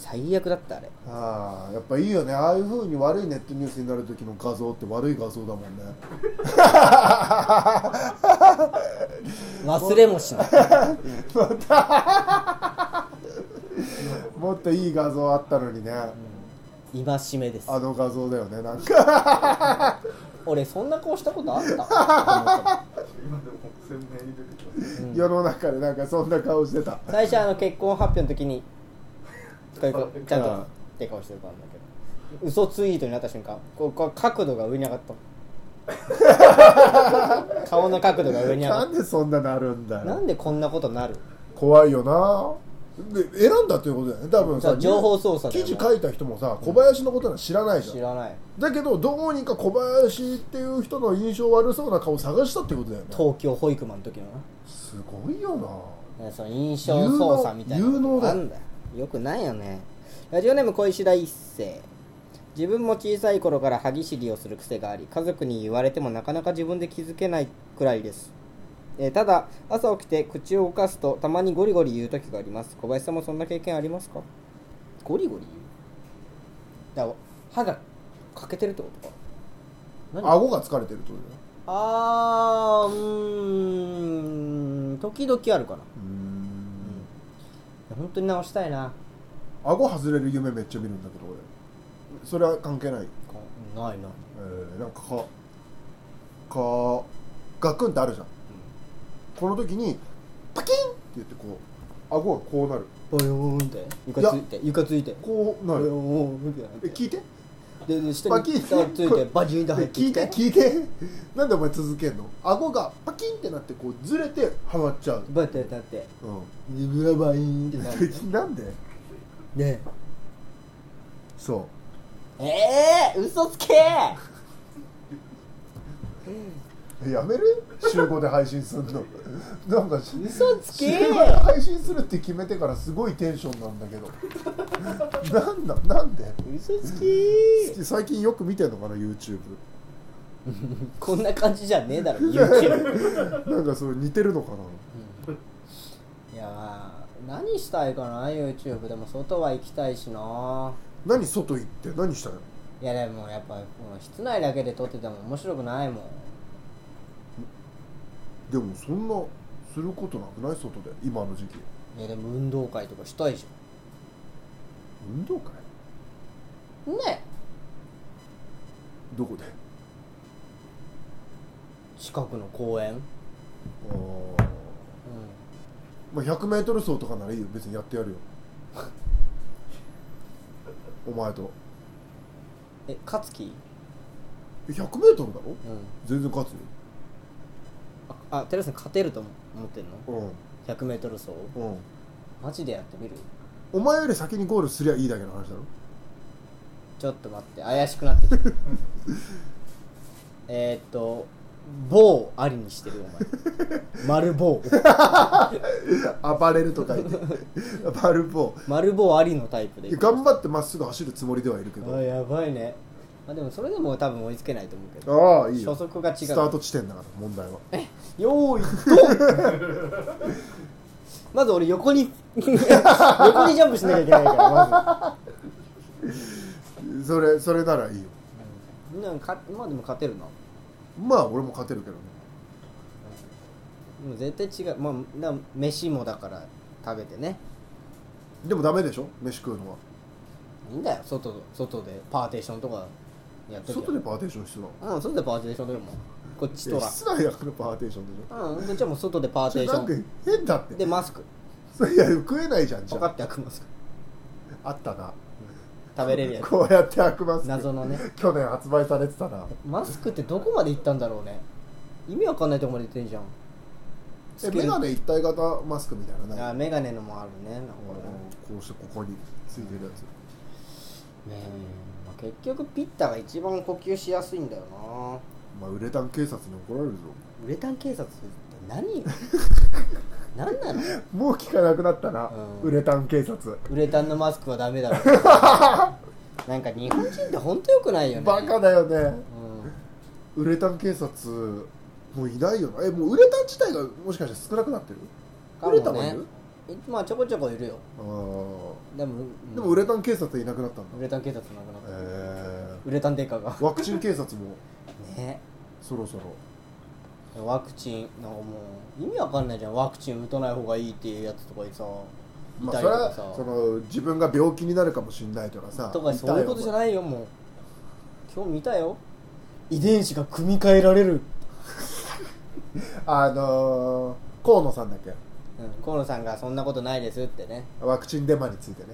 最悪だったあれああやっぱいいよねああいうふうに悪いネットニュースになる時の画像って悪い画像だもんね 忘れもしないもっといい画像あったのにね、戒めですあの画像だよねなんか俺そんな顔したことあったって思った今でも鮮明に出てきますうん世の中でなんかそんな顔してた最初あの結婚発表の時にこういうこうちゃんうんとって顔してたんだけど嘘ツイートになった瞬間こうこう角度が上に上がった顔の角度が上に上がなっんでそんななるんだたなよんでこんなことなる怖いよなで選んだということだよね多分そさう情報操作だ記よね事書いた人もさ小林のことなんか知らないじゃん知らないだけどどうにか小林っていう人の印象悪そうな顔を探したってことだよね東京保育マンの時のなすごいよなねその印象操作みたいな有能有能だあんだよよくないよねラジオネーム小石田一世自分も小さい頃から歯ぎしりをする癖があり家族に言われてもなかなか自分で気づけないくらいです、えーただ朝起きて口を動かすとたまにゴリゴリ言う時があります小林さんもそんな経験ありますかゴリゴリ言うだから歯が欠けてるってことか何顎が疲れてるってことだよあーうーん時々あるかなうーん本当に直したいな顎外れる夢めっちゃ見るんだけど俺それは関係ない、ないなえー、なんかかかガクンってあるじゃんこの時にパキンって言ってこう顎がこうなるボヨーンって床ついて床ついてこうボなヨるーンってなってえ聞いてでで下バにキン下ついてバジーンって入でって聞きいてて聞いてなんでお前続けんの顎がパキンってなってこうずれてはまっちゃうバッてなってうブラバイーンってなってん なんでねそうええー、嘘つけーえやめる週5で配信するの なんかし嘘つけ週5で配信するって決めてからすごいテンションなんだけど なんだなんで嘘つき好き最近よく見てんのかな YouTube こんな感じじゃねえだろ YouTube なんかそれ似てるのかないやー何したいかな YouTube でも外は行きたいしな何外行って何したのいやでもやっぱこの室内だけで撮ってても面白くないもんでもそんなすることなくない外で今の時期いやでも運動会とかしたいじ運動会ゃんねどこで近くの公園あーまあ 100m 走とかならいいよ別にやってやるよ お前とえ勝樹 100m だろうん全然勝つよあテレさん勝てると思ってんのうん1 0 0ル走うんマジでやってみるお前より先にゴールすりゃいいだけの話だろちょっと待って怪しくなってき たえーっと棒ありにしてるお前丸棒 暴れるとか言ってバルボ丸棒ありのタイプでー頑張ってまっすぐ走るつもりではいるけあどやばいねあでもそれでも多分追いつけないと思うけどああいいよ初速が違うスタート地点だから問題はよーいドン まず俺横に 横にジャンプしなきゃいけないからまずそれそれならいいよなんかまあでも勝てるなもまあ俺も勝てるけどねう絶対違うまあだ飯もだから食べてねでもダメでしょ飯食うのはいいんだよ外外でパーテーションとかやっときゃ外でパーテーションしてたうん外でパーテーションでもこっちとのら室内だからパーテーションでしょうんこっちはもう外でパーそテーれシなんかョ変だってンでマスクそれいや食えないじゃんパじゃカあッて開くマスクあったな食べれるやつこうやって開くます謎のね去年発売されてたなマスクってどこまで行ったんだろうね意味わかんないとこまで行ってんじゃんえつけメるガネ一体型マスクみたいなのあないメガネのもあるねなんかあこのこうしてここについてるやつれねえまあ結局ピッタが一番呼吸しやすいんだよなまあウレタン警察に怒られるぞウレタン警察って何よ 何なのもう聞かなくなったな、うんウレタン警察ウレタンのマスクはダ メだろなんか日本人ってほんとよくないよねバカだよねうんウレタン警察もういないよなえもうウレタン自体がもしかして少なくなってる、かウもねレタンはいるいまあちょこちょこいるよあーでもでもウレタン警察いなくなったんウだ、レタン警察なくなった、えウレタンデカがー、ワクチン警察もねそろそろワクチンなんかもう意味わかんないじゃんワクチン打たない方がいいっていうやつとかにさいまあたそりれとかはさ、その自分が病気になるかもしれないとかさとかそういうことじゃいないよもう今日見たよ遺伝子が組み替えられる、たよあのー、河野さんだっけうん、河野さんがそんなことないですってね、ワクチンデマについてね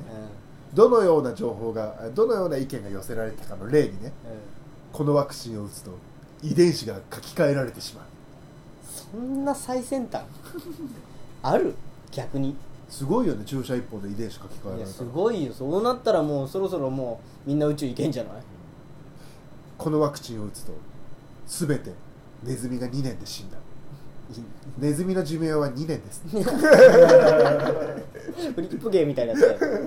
うんどのような情報がえどのような意見が寄せられたかの例にねうん、このワクチンを打つと遺伝子が書き換えられてしまうそんな最先端ある逆にすごいよね注射一本で遺伝子書き換えらいれやたらすごいよそうなったらもうそろそろもうみんな宇宙行けんじゃないこのワクチンを打つと全てネズミが2年で死んだネズミの寿命は2年ですフリップ芸みたいなやつだよ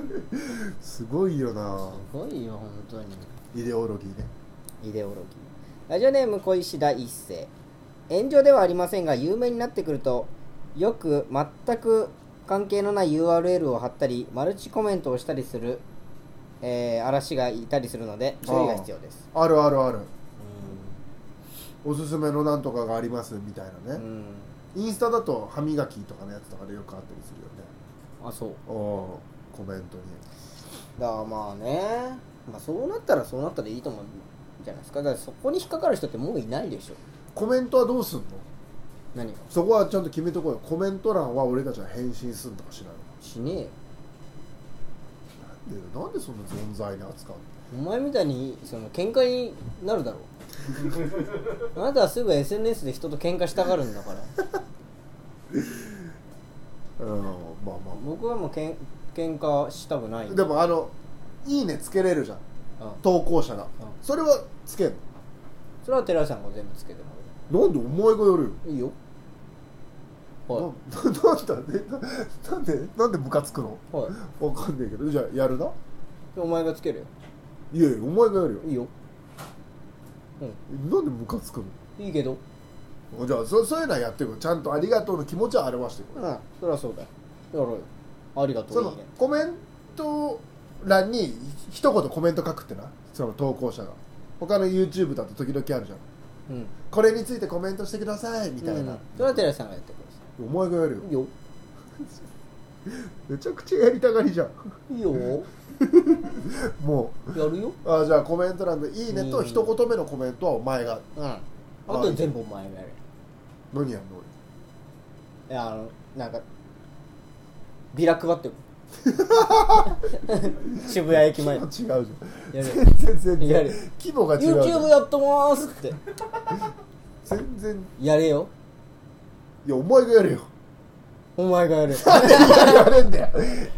すごいよなすごいよ本当にイデオロギーねイデオロギーラジオネーム小石田一世炎上ではありませんが有名になってくるとよく全く関係のない URL を貼ったりマルチコメントをしたりする、えー嵐がいたりするので注意が必要ですあるあるあるおすすめのなんとかがありますみたいなうね、んインスタだと歯磨きとかのやつとかでよくあったりするよねあそうおコメントにだからまあね、まあ、そうなったらそうなったでいいと思うんじゃないですかだからそこに引っかかる人ってもういないでしょコメントはどうすんの何がそこはちゃんと決めとこうよコメント欄は俺たちは返信すんのかしらしねえよんでなんでそんな存在に扱うのお前みたいにその喧嘩になるだろ うあなたはすぐ SNS で人と喧嘩したがるんだからうんまあまあま僕はもうけん喧嘩したくないあでもあのいいねつけれるじゃんうん投稿者が、それはつけんそれは寺橋さんが全部つけてものなんでお前がやるよらういいよはななんだねななんでなんでムカつくのいはいわかんないけどじゃあやるなお前がつけるよいやいやお前がやるよいいよなんでムカつくいいけどのじゃあそそういうのはやってくちゃんとありがとうの気持ちを表してくうんそりゃそうだよやろうよありがとそういのいねコメント欄に一言コメント書くってなその投稿者が他の YouTube だと時々あるじゃんうんこれについてコメントしてくださいみたいうんな、それは寺橋さんがやってくださお前がやるよいいいよめちゃくちゃやりたがりじゃん いいよもやるようあじゃあコメント欄の「いいね」うとん一言目のコメントはお前がうんあとは全部お前がやる何やんの俺いやあのなんかビラ配ってる 渋谷駅前規模や 違うじるゃん全然全や然る規模が違うじゃ YouTube んやってますって全然やれよいやお前がやるよお前が やれよやれんだよ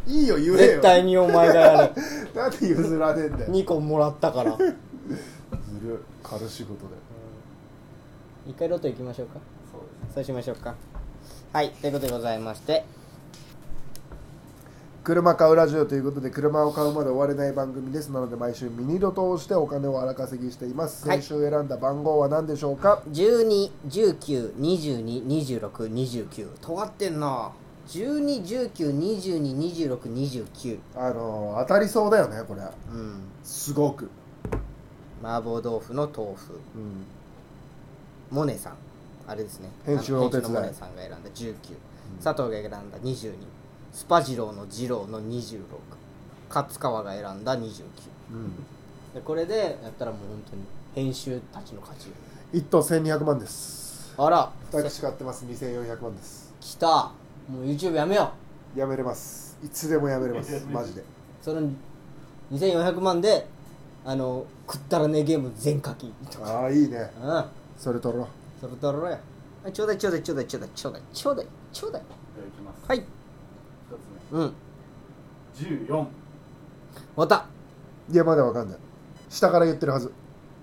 いいよ言えよ絶対にお前が やれなんで譲らねえんだよ2個もらった からずる軽仕事だよ一回ロト行きましょうかそうですそうしましょうかはいということでございまして車買うラジオということで車を買うまで終われない番組ですなので毎週ミニロトをしてお金を荒稼ぎしていますはい先週選んだ番号は何でしょうか、 1219222629尖ってんな1219222629あのー当たりそうだよねこれうんすごく麻婆豆腐の豆腐うんモネさんあれですね編集のお手伝いあの編集のモネさんが選んだ19、佐藤が選んだ22スパジローの二郎の26勝川が選んだ29うんでこれでやったらもう本当に編集たちの勝ちよ1頭1200万ですあら私買ってます2400万です来たもう YouTube やめよやめれますいつでもやめれ ますマジでうその2400万であのくったらねえゲーム全課金とかああいいねうんそれ取ろうそれだろやあちょうだいちょうだいちょうだいちょうだいちょうだいちょうだいちょうだいじゃあいきますはい一うんつ目14またいやまだわかんない下から言ってるはず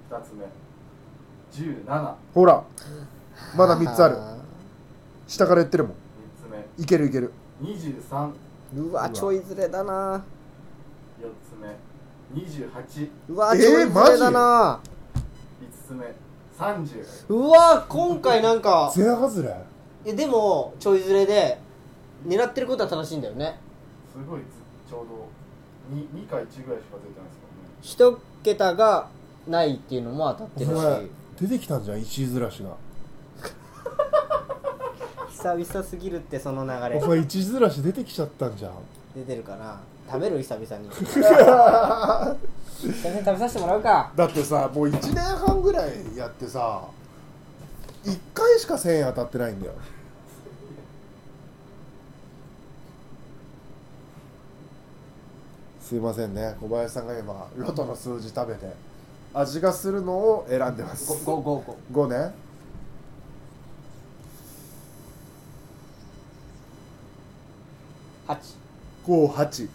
二つ目17三ほらまだ3つある下から言ってるもんつ目いけるいける23うわうわちょいずれだな四つ目28うわえーちょいずれだな、五つ目30うわ今回なんかゼア外れえでもちょいずれで狙ってることは正しいんだよねすごいずちょうど 2, 2か1ぐらいしか出てないですからね一桁がないっていうのも当たってるし出てきたんじゃん石井ずらしが久々すぎるってその流れ前石井ずらし出てきちゃったんじゃん出てるかな食べる久々に久々に食べさせてもらうか だってさもう1年半ぐらいやってさ1回しか1000円当たってないんだよすいませんね小林さんが今ロトの数字食べて味がするのを選んでます5五五五5ね八58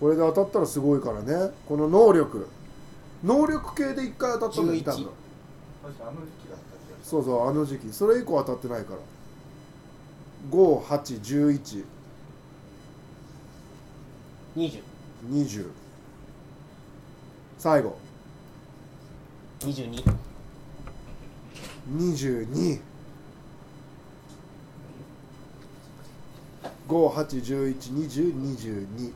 これで当たったらすごいからねこの能力能力系で1回当たったんだよ多分11確かあの時期だった気がしそうそうあの時期それ以降当たってないから581120二十最後二十二225811二十二十二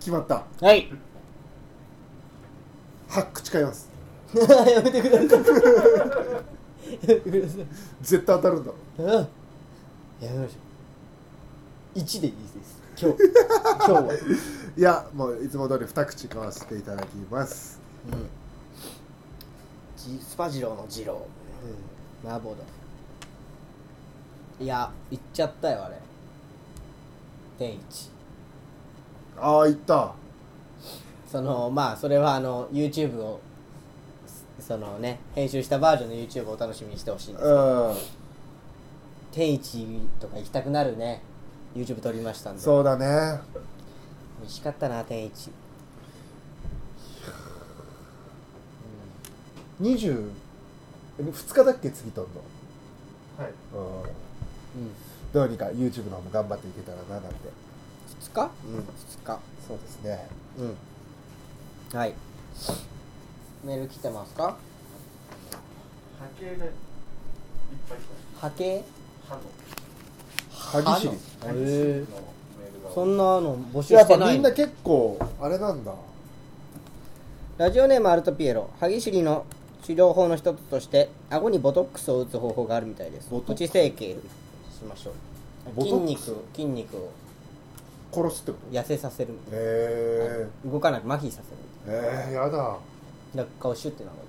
決まったはいハック誓います やめてくださいやめてください絶対当たるんだうんやめましょう1でいいです今日今日は、いやもういつも通り二口買わせていただきますうん、じスパジローのジロー、うん、麻婆豆腐いや行っちゃったよあれ天一ああいったそのまあそれはあの YouTube をすそのね編集したバージョンの YouTube をお楽しみにしてほしいんですうん天一とか行きたくなるね YouTube 撮りましたんでそうだね美味しかったな天一20え二日だっけ次とんのたはいうんうんどうにか YouTube の方も頑張っていけたらななんて2日うん2日そうですねうんはいメール来てますか波形がいっぱい来波形た歯の歯ぎしり歯のへえのメールがそんなの募集やっしぱてなみいんな結構あれなんだラジオネームアルトピエロ歯ぎしりの治療法の一つとして顎にボトックスを打つ方法があるみたいですボトップクスチ整形しましょうボ筋トックス肉筋肉を殺すってこと痩せさせるへ動かなく麻痺させるええー、やだだから顔シュッてなんか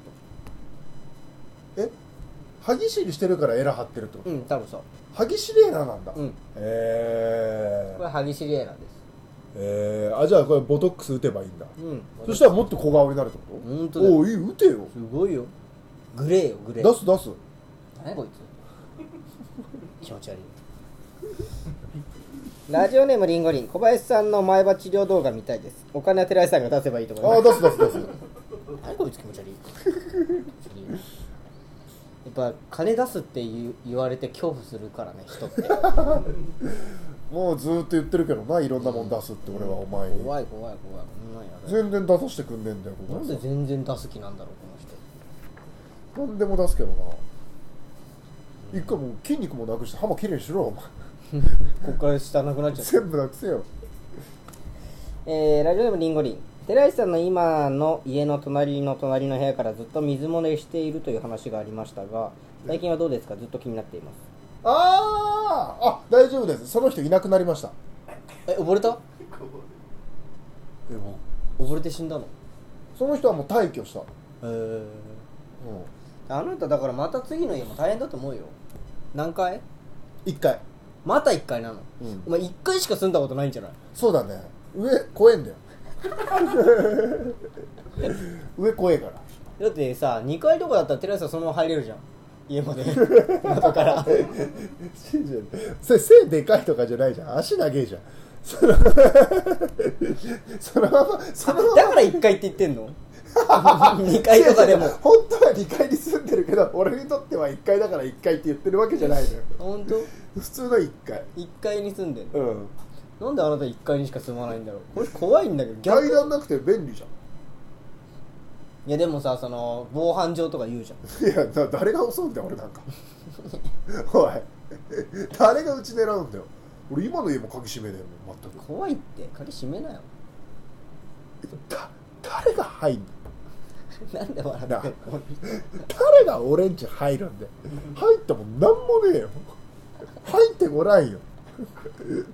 え歯ぎしりしてるからエラ張ってるってこと、うん多分そう歯ぎしりエラなんだ、うんへえこれ歯ぎしりエラーですえー、あじゃあこれボトックス打てばいいんだ、うんそしたらもっと小顔になるってことほんとだよおういい打てよすごいよグレーよグレー出す出す何こいつ 気持ち悪いラジオネームリンゴリン小林さんの前歯治療動画見たいですお金は寺井さんが出せばいいと思いあまあす出す出す出す何こいつ気持ち悪いやっぱ金出すって言う言われて恐怖するからね人ってもうずーっと言ってるけどないろんなもん出すって俺はお前に怖い怖い怖いこんなんやだよ全然出させてくんねえんだよこなこんで全然出す気なんだろうこの人何でも出すけどな一回もう筋肉もなくして歯もきれいにしろお前こっから下なくなっちゃった全部なくせよえーラジオでもリンゴリン寺石さんの今の家の隣の隣の部屋からずっと水漏れしているという話がありましたが最近はどうですかずっと気になっていますあーあ大丈夫ですその人いなくなりましたえ溺れたでも溺れて死んだのその人はもう退去した、うん、へえあなただからまた次の家も大変だと思うよ何回1回、また1回なの、うんお前1回しか住んだことないんじゃないそうだね上怖えんだよ 上怖えから だってさ2階とかだったら寺石さんそのまま入れるじゃん家 まで窓から信じるそれ背でかいとかじゃないじゃん足長えじゃんその そのままそのままだから1階って言ってん の2階とかでも違う違う 本当は2階に住んでるけど俺にとっては1階だから1階って言ってるわけじゃないのよ本当普通の1階1階に住んでんのうんなんであなた1階にしか住まないんだろうこれ怖いんだけど逆階段なくて便利じゃんいやでもさその防犯上とか言うじゃんいやだ誰が襲うんだよ俺なんか おい誰がうち狙うんだよ俺今の家も鍵閉めねえもん全く怖いって鍵閉めなよ だ誰が入んのなんで笑ってなんの誰がオレンジ入るんで入ったもんなんもねえよ入ってこないよ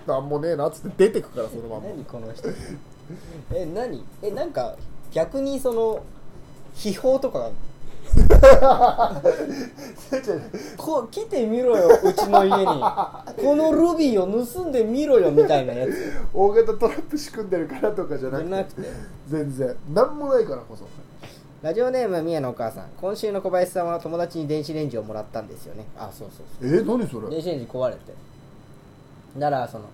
なんもねえなっつって出てくからそのまんま 何この人え何えなんか逆にその秘宝とかが こ来てみろようちの家にこのルビーを盗んでみろよみたいなやつ大型トラップ仕組んでるからとかじゃじゃなくてなくて全然なんもないからこそラジオネーム宮のお母さん今週の小林さんは友達に電子レンジをもらったんですよねあそうそうえー、何そそうれ、電子レンジ壊れてだからその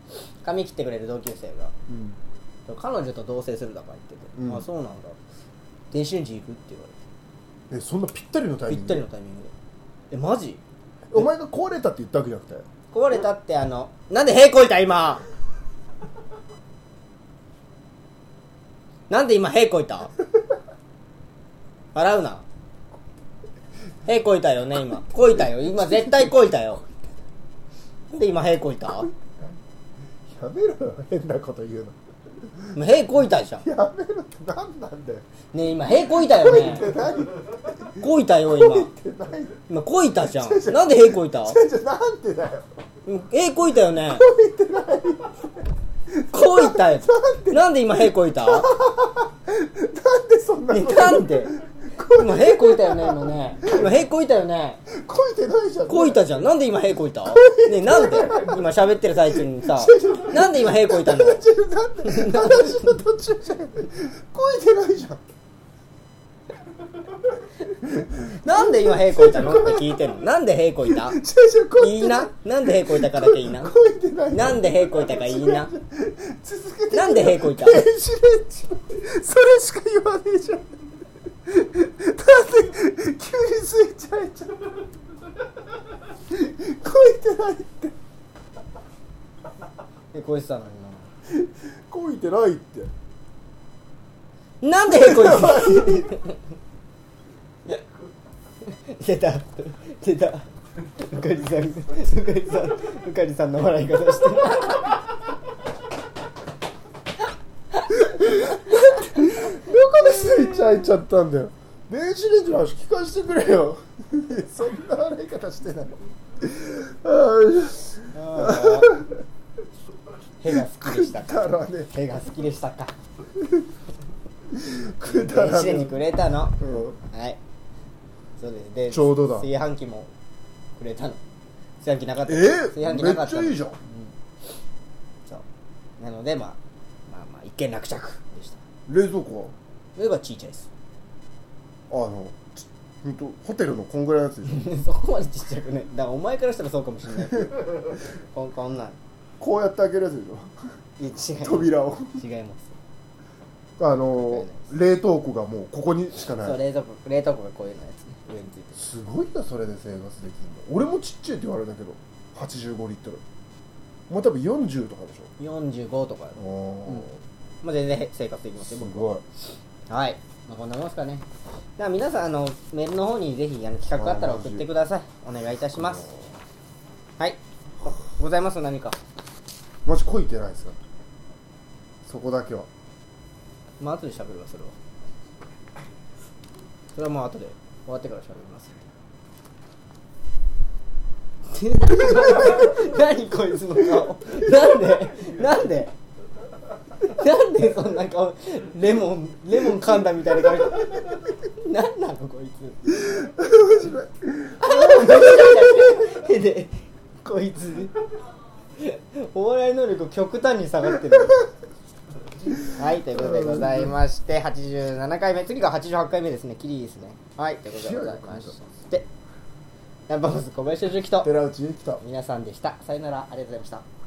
髪切ってくれる同級生がうん、彼女と同棲するだから言ってて、うんあそうなんだ電子レンジ行くって言わえそんなぴったりのタれイてミぴンっグたりのタイミングでえマジお前が壊れたって言ったわけじゃなくて壊れたってあのなんで屁こいた今なんで今屁こいた笑うな屁こいたよね今こいたよ今絶対こいたよなんで今屁こいたやめろよ変なこと言う今屁こいたじゃんのやめろって何なんだよねえ今屁こいたよこいっねて何こいたよこいっ今てない今こいたじゃんなんで屁こいたじゃじゃなんでだよえこいたよねこいたよなんで今へこいたなんでそんなねことなんで今へこいたよね今ね今へこいたよねこいてないじゃんこいたじゃんなんで今へこいたねなんで今喋ってる最中にさなんで今へこいたのちょなんで話の途中じゃんこいてないじゃんなんで今へこいたのって聞いてるのなんでへこいたちょちょこいいいてななんでへこいたかだけいいなこいてないなんでへこいたかいいな続けてなんでへこいた電子レンジそれしか言わねえじゃんだって急にスイッチ入っちゃうこいてないってへこいてたのにこいてないってななんでへこいたの出た出たうかりさんうかりさんうかりさんの笑い方して るどこでスイッチ入っちゃったんだよ電子レンジの話聞かせてくれよ そんな笑い方してないあーへが好きでしたくかだらねへが好きでしたかえくだ電子レンジらねえくれたのはうんいそうですでちょうどだ炊飯器もくれたの炊飯器なかったえ炊飯器めなかっっちたゃのいいじゃんそうなのでまあまあまあ一件落着でした冷蔵庫それがちいちゃいです はあのちほんとホテルのこんぐらいのやつでしょそこまでちっちゃくねだからお前からしたらそうかもしれない けどこんこんなんこうやって開けるやつでし いや違いますょ扉を違いますあの冷凍庫がもうここにしかそうない冷蔵庫冷凍庫がこういうのやつね上についてすごいなそれで生活できるの俺もちっちゃいって言われたけど85リットルもう多分40とかでしょる45とかあーうんまあ全然生活できますすよ僕はごいはい、まあ、こんなもんですかねでは皆さんあのメールの方にぜひあの企画があったら送ってくださいお願いいたしますはいございます何かマジこいてないですよそこだけはまあ後で喋るわそれはそれはもう後で終わってから喋ります 何こいつの顔なんでなんでなんでそんな顔レモンレモン噛んだみたいな顔なんなのこいつ面白いでこいつお笑い能力極端に下がってるはいということでございまして87回目次が88回目ですねキリですねはいということでございましてナンバーボス小林俊樹と寺内ゆきと皆さんでしたさよならありがとうございました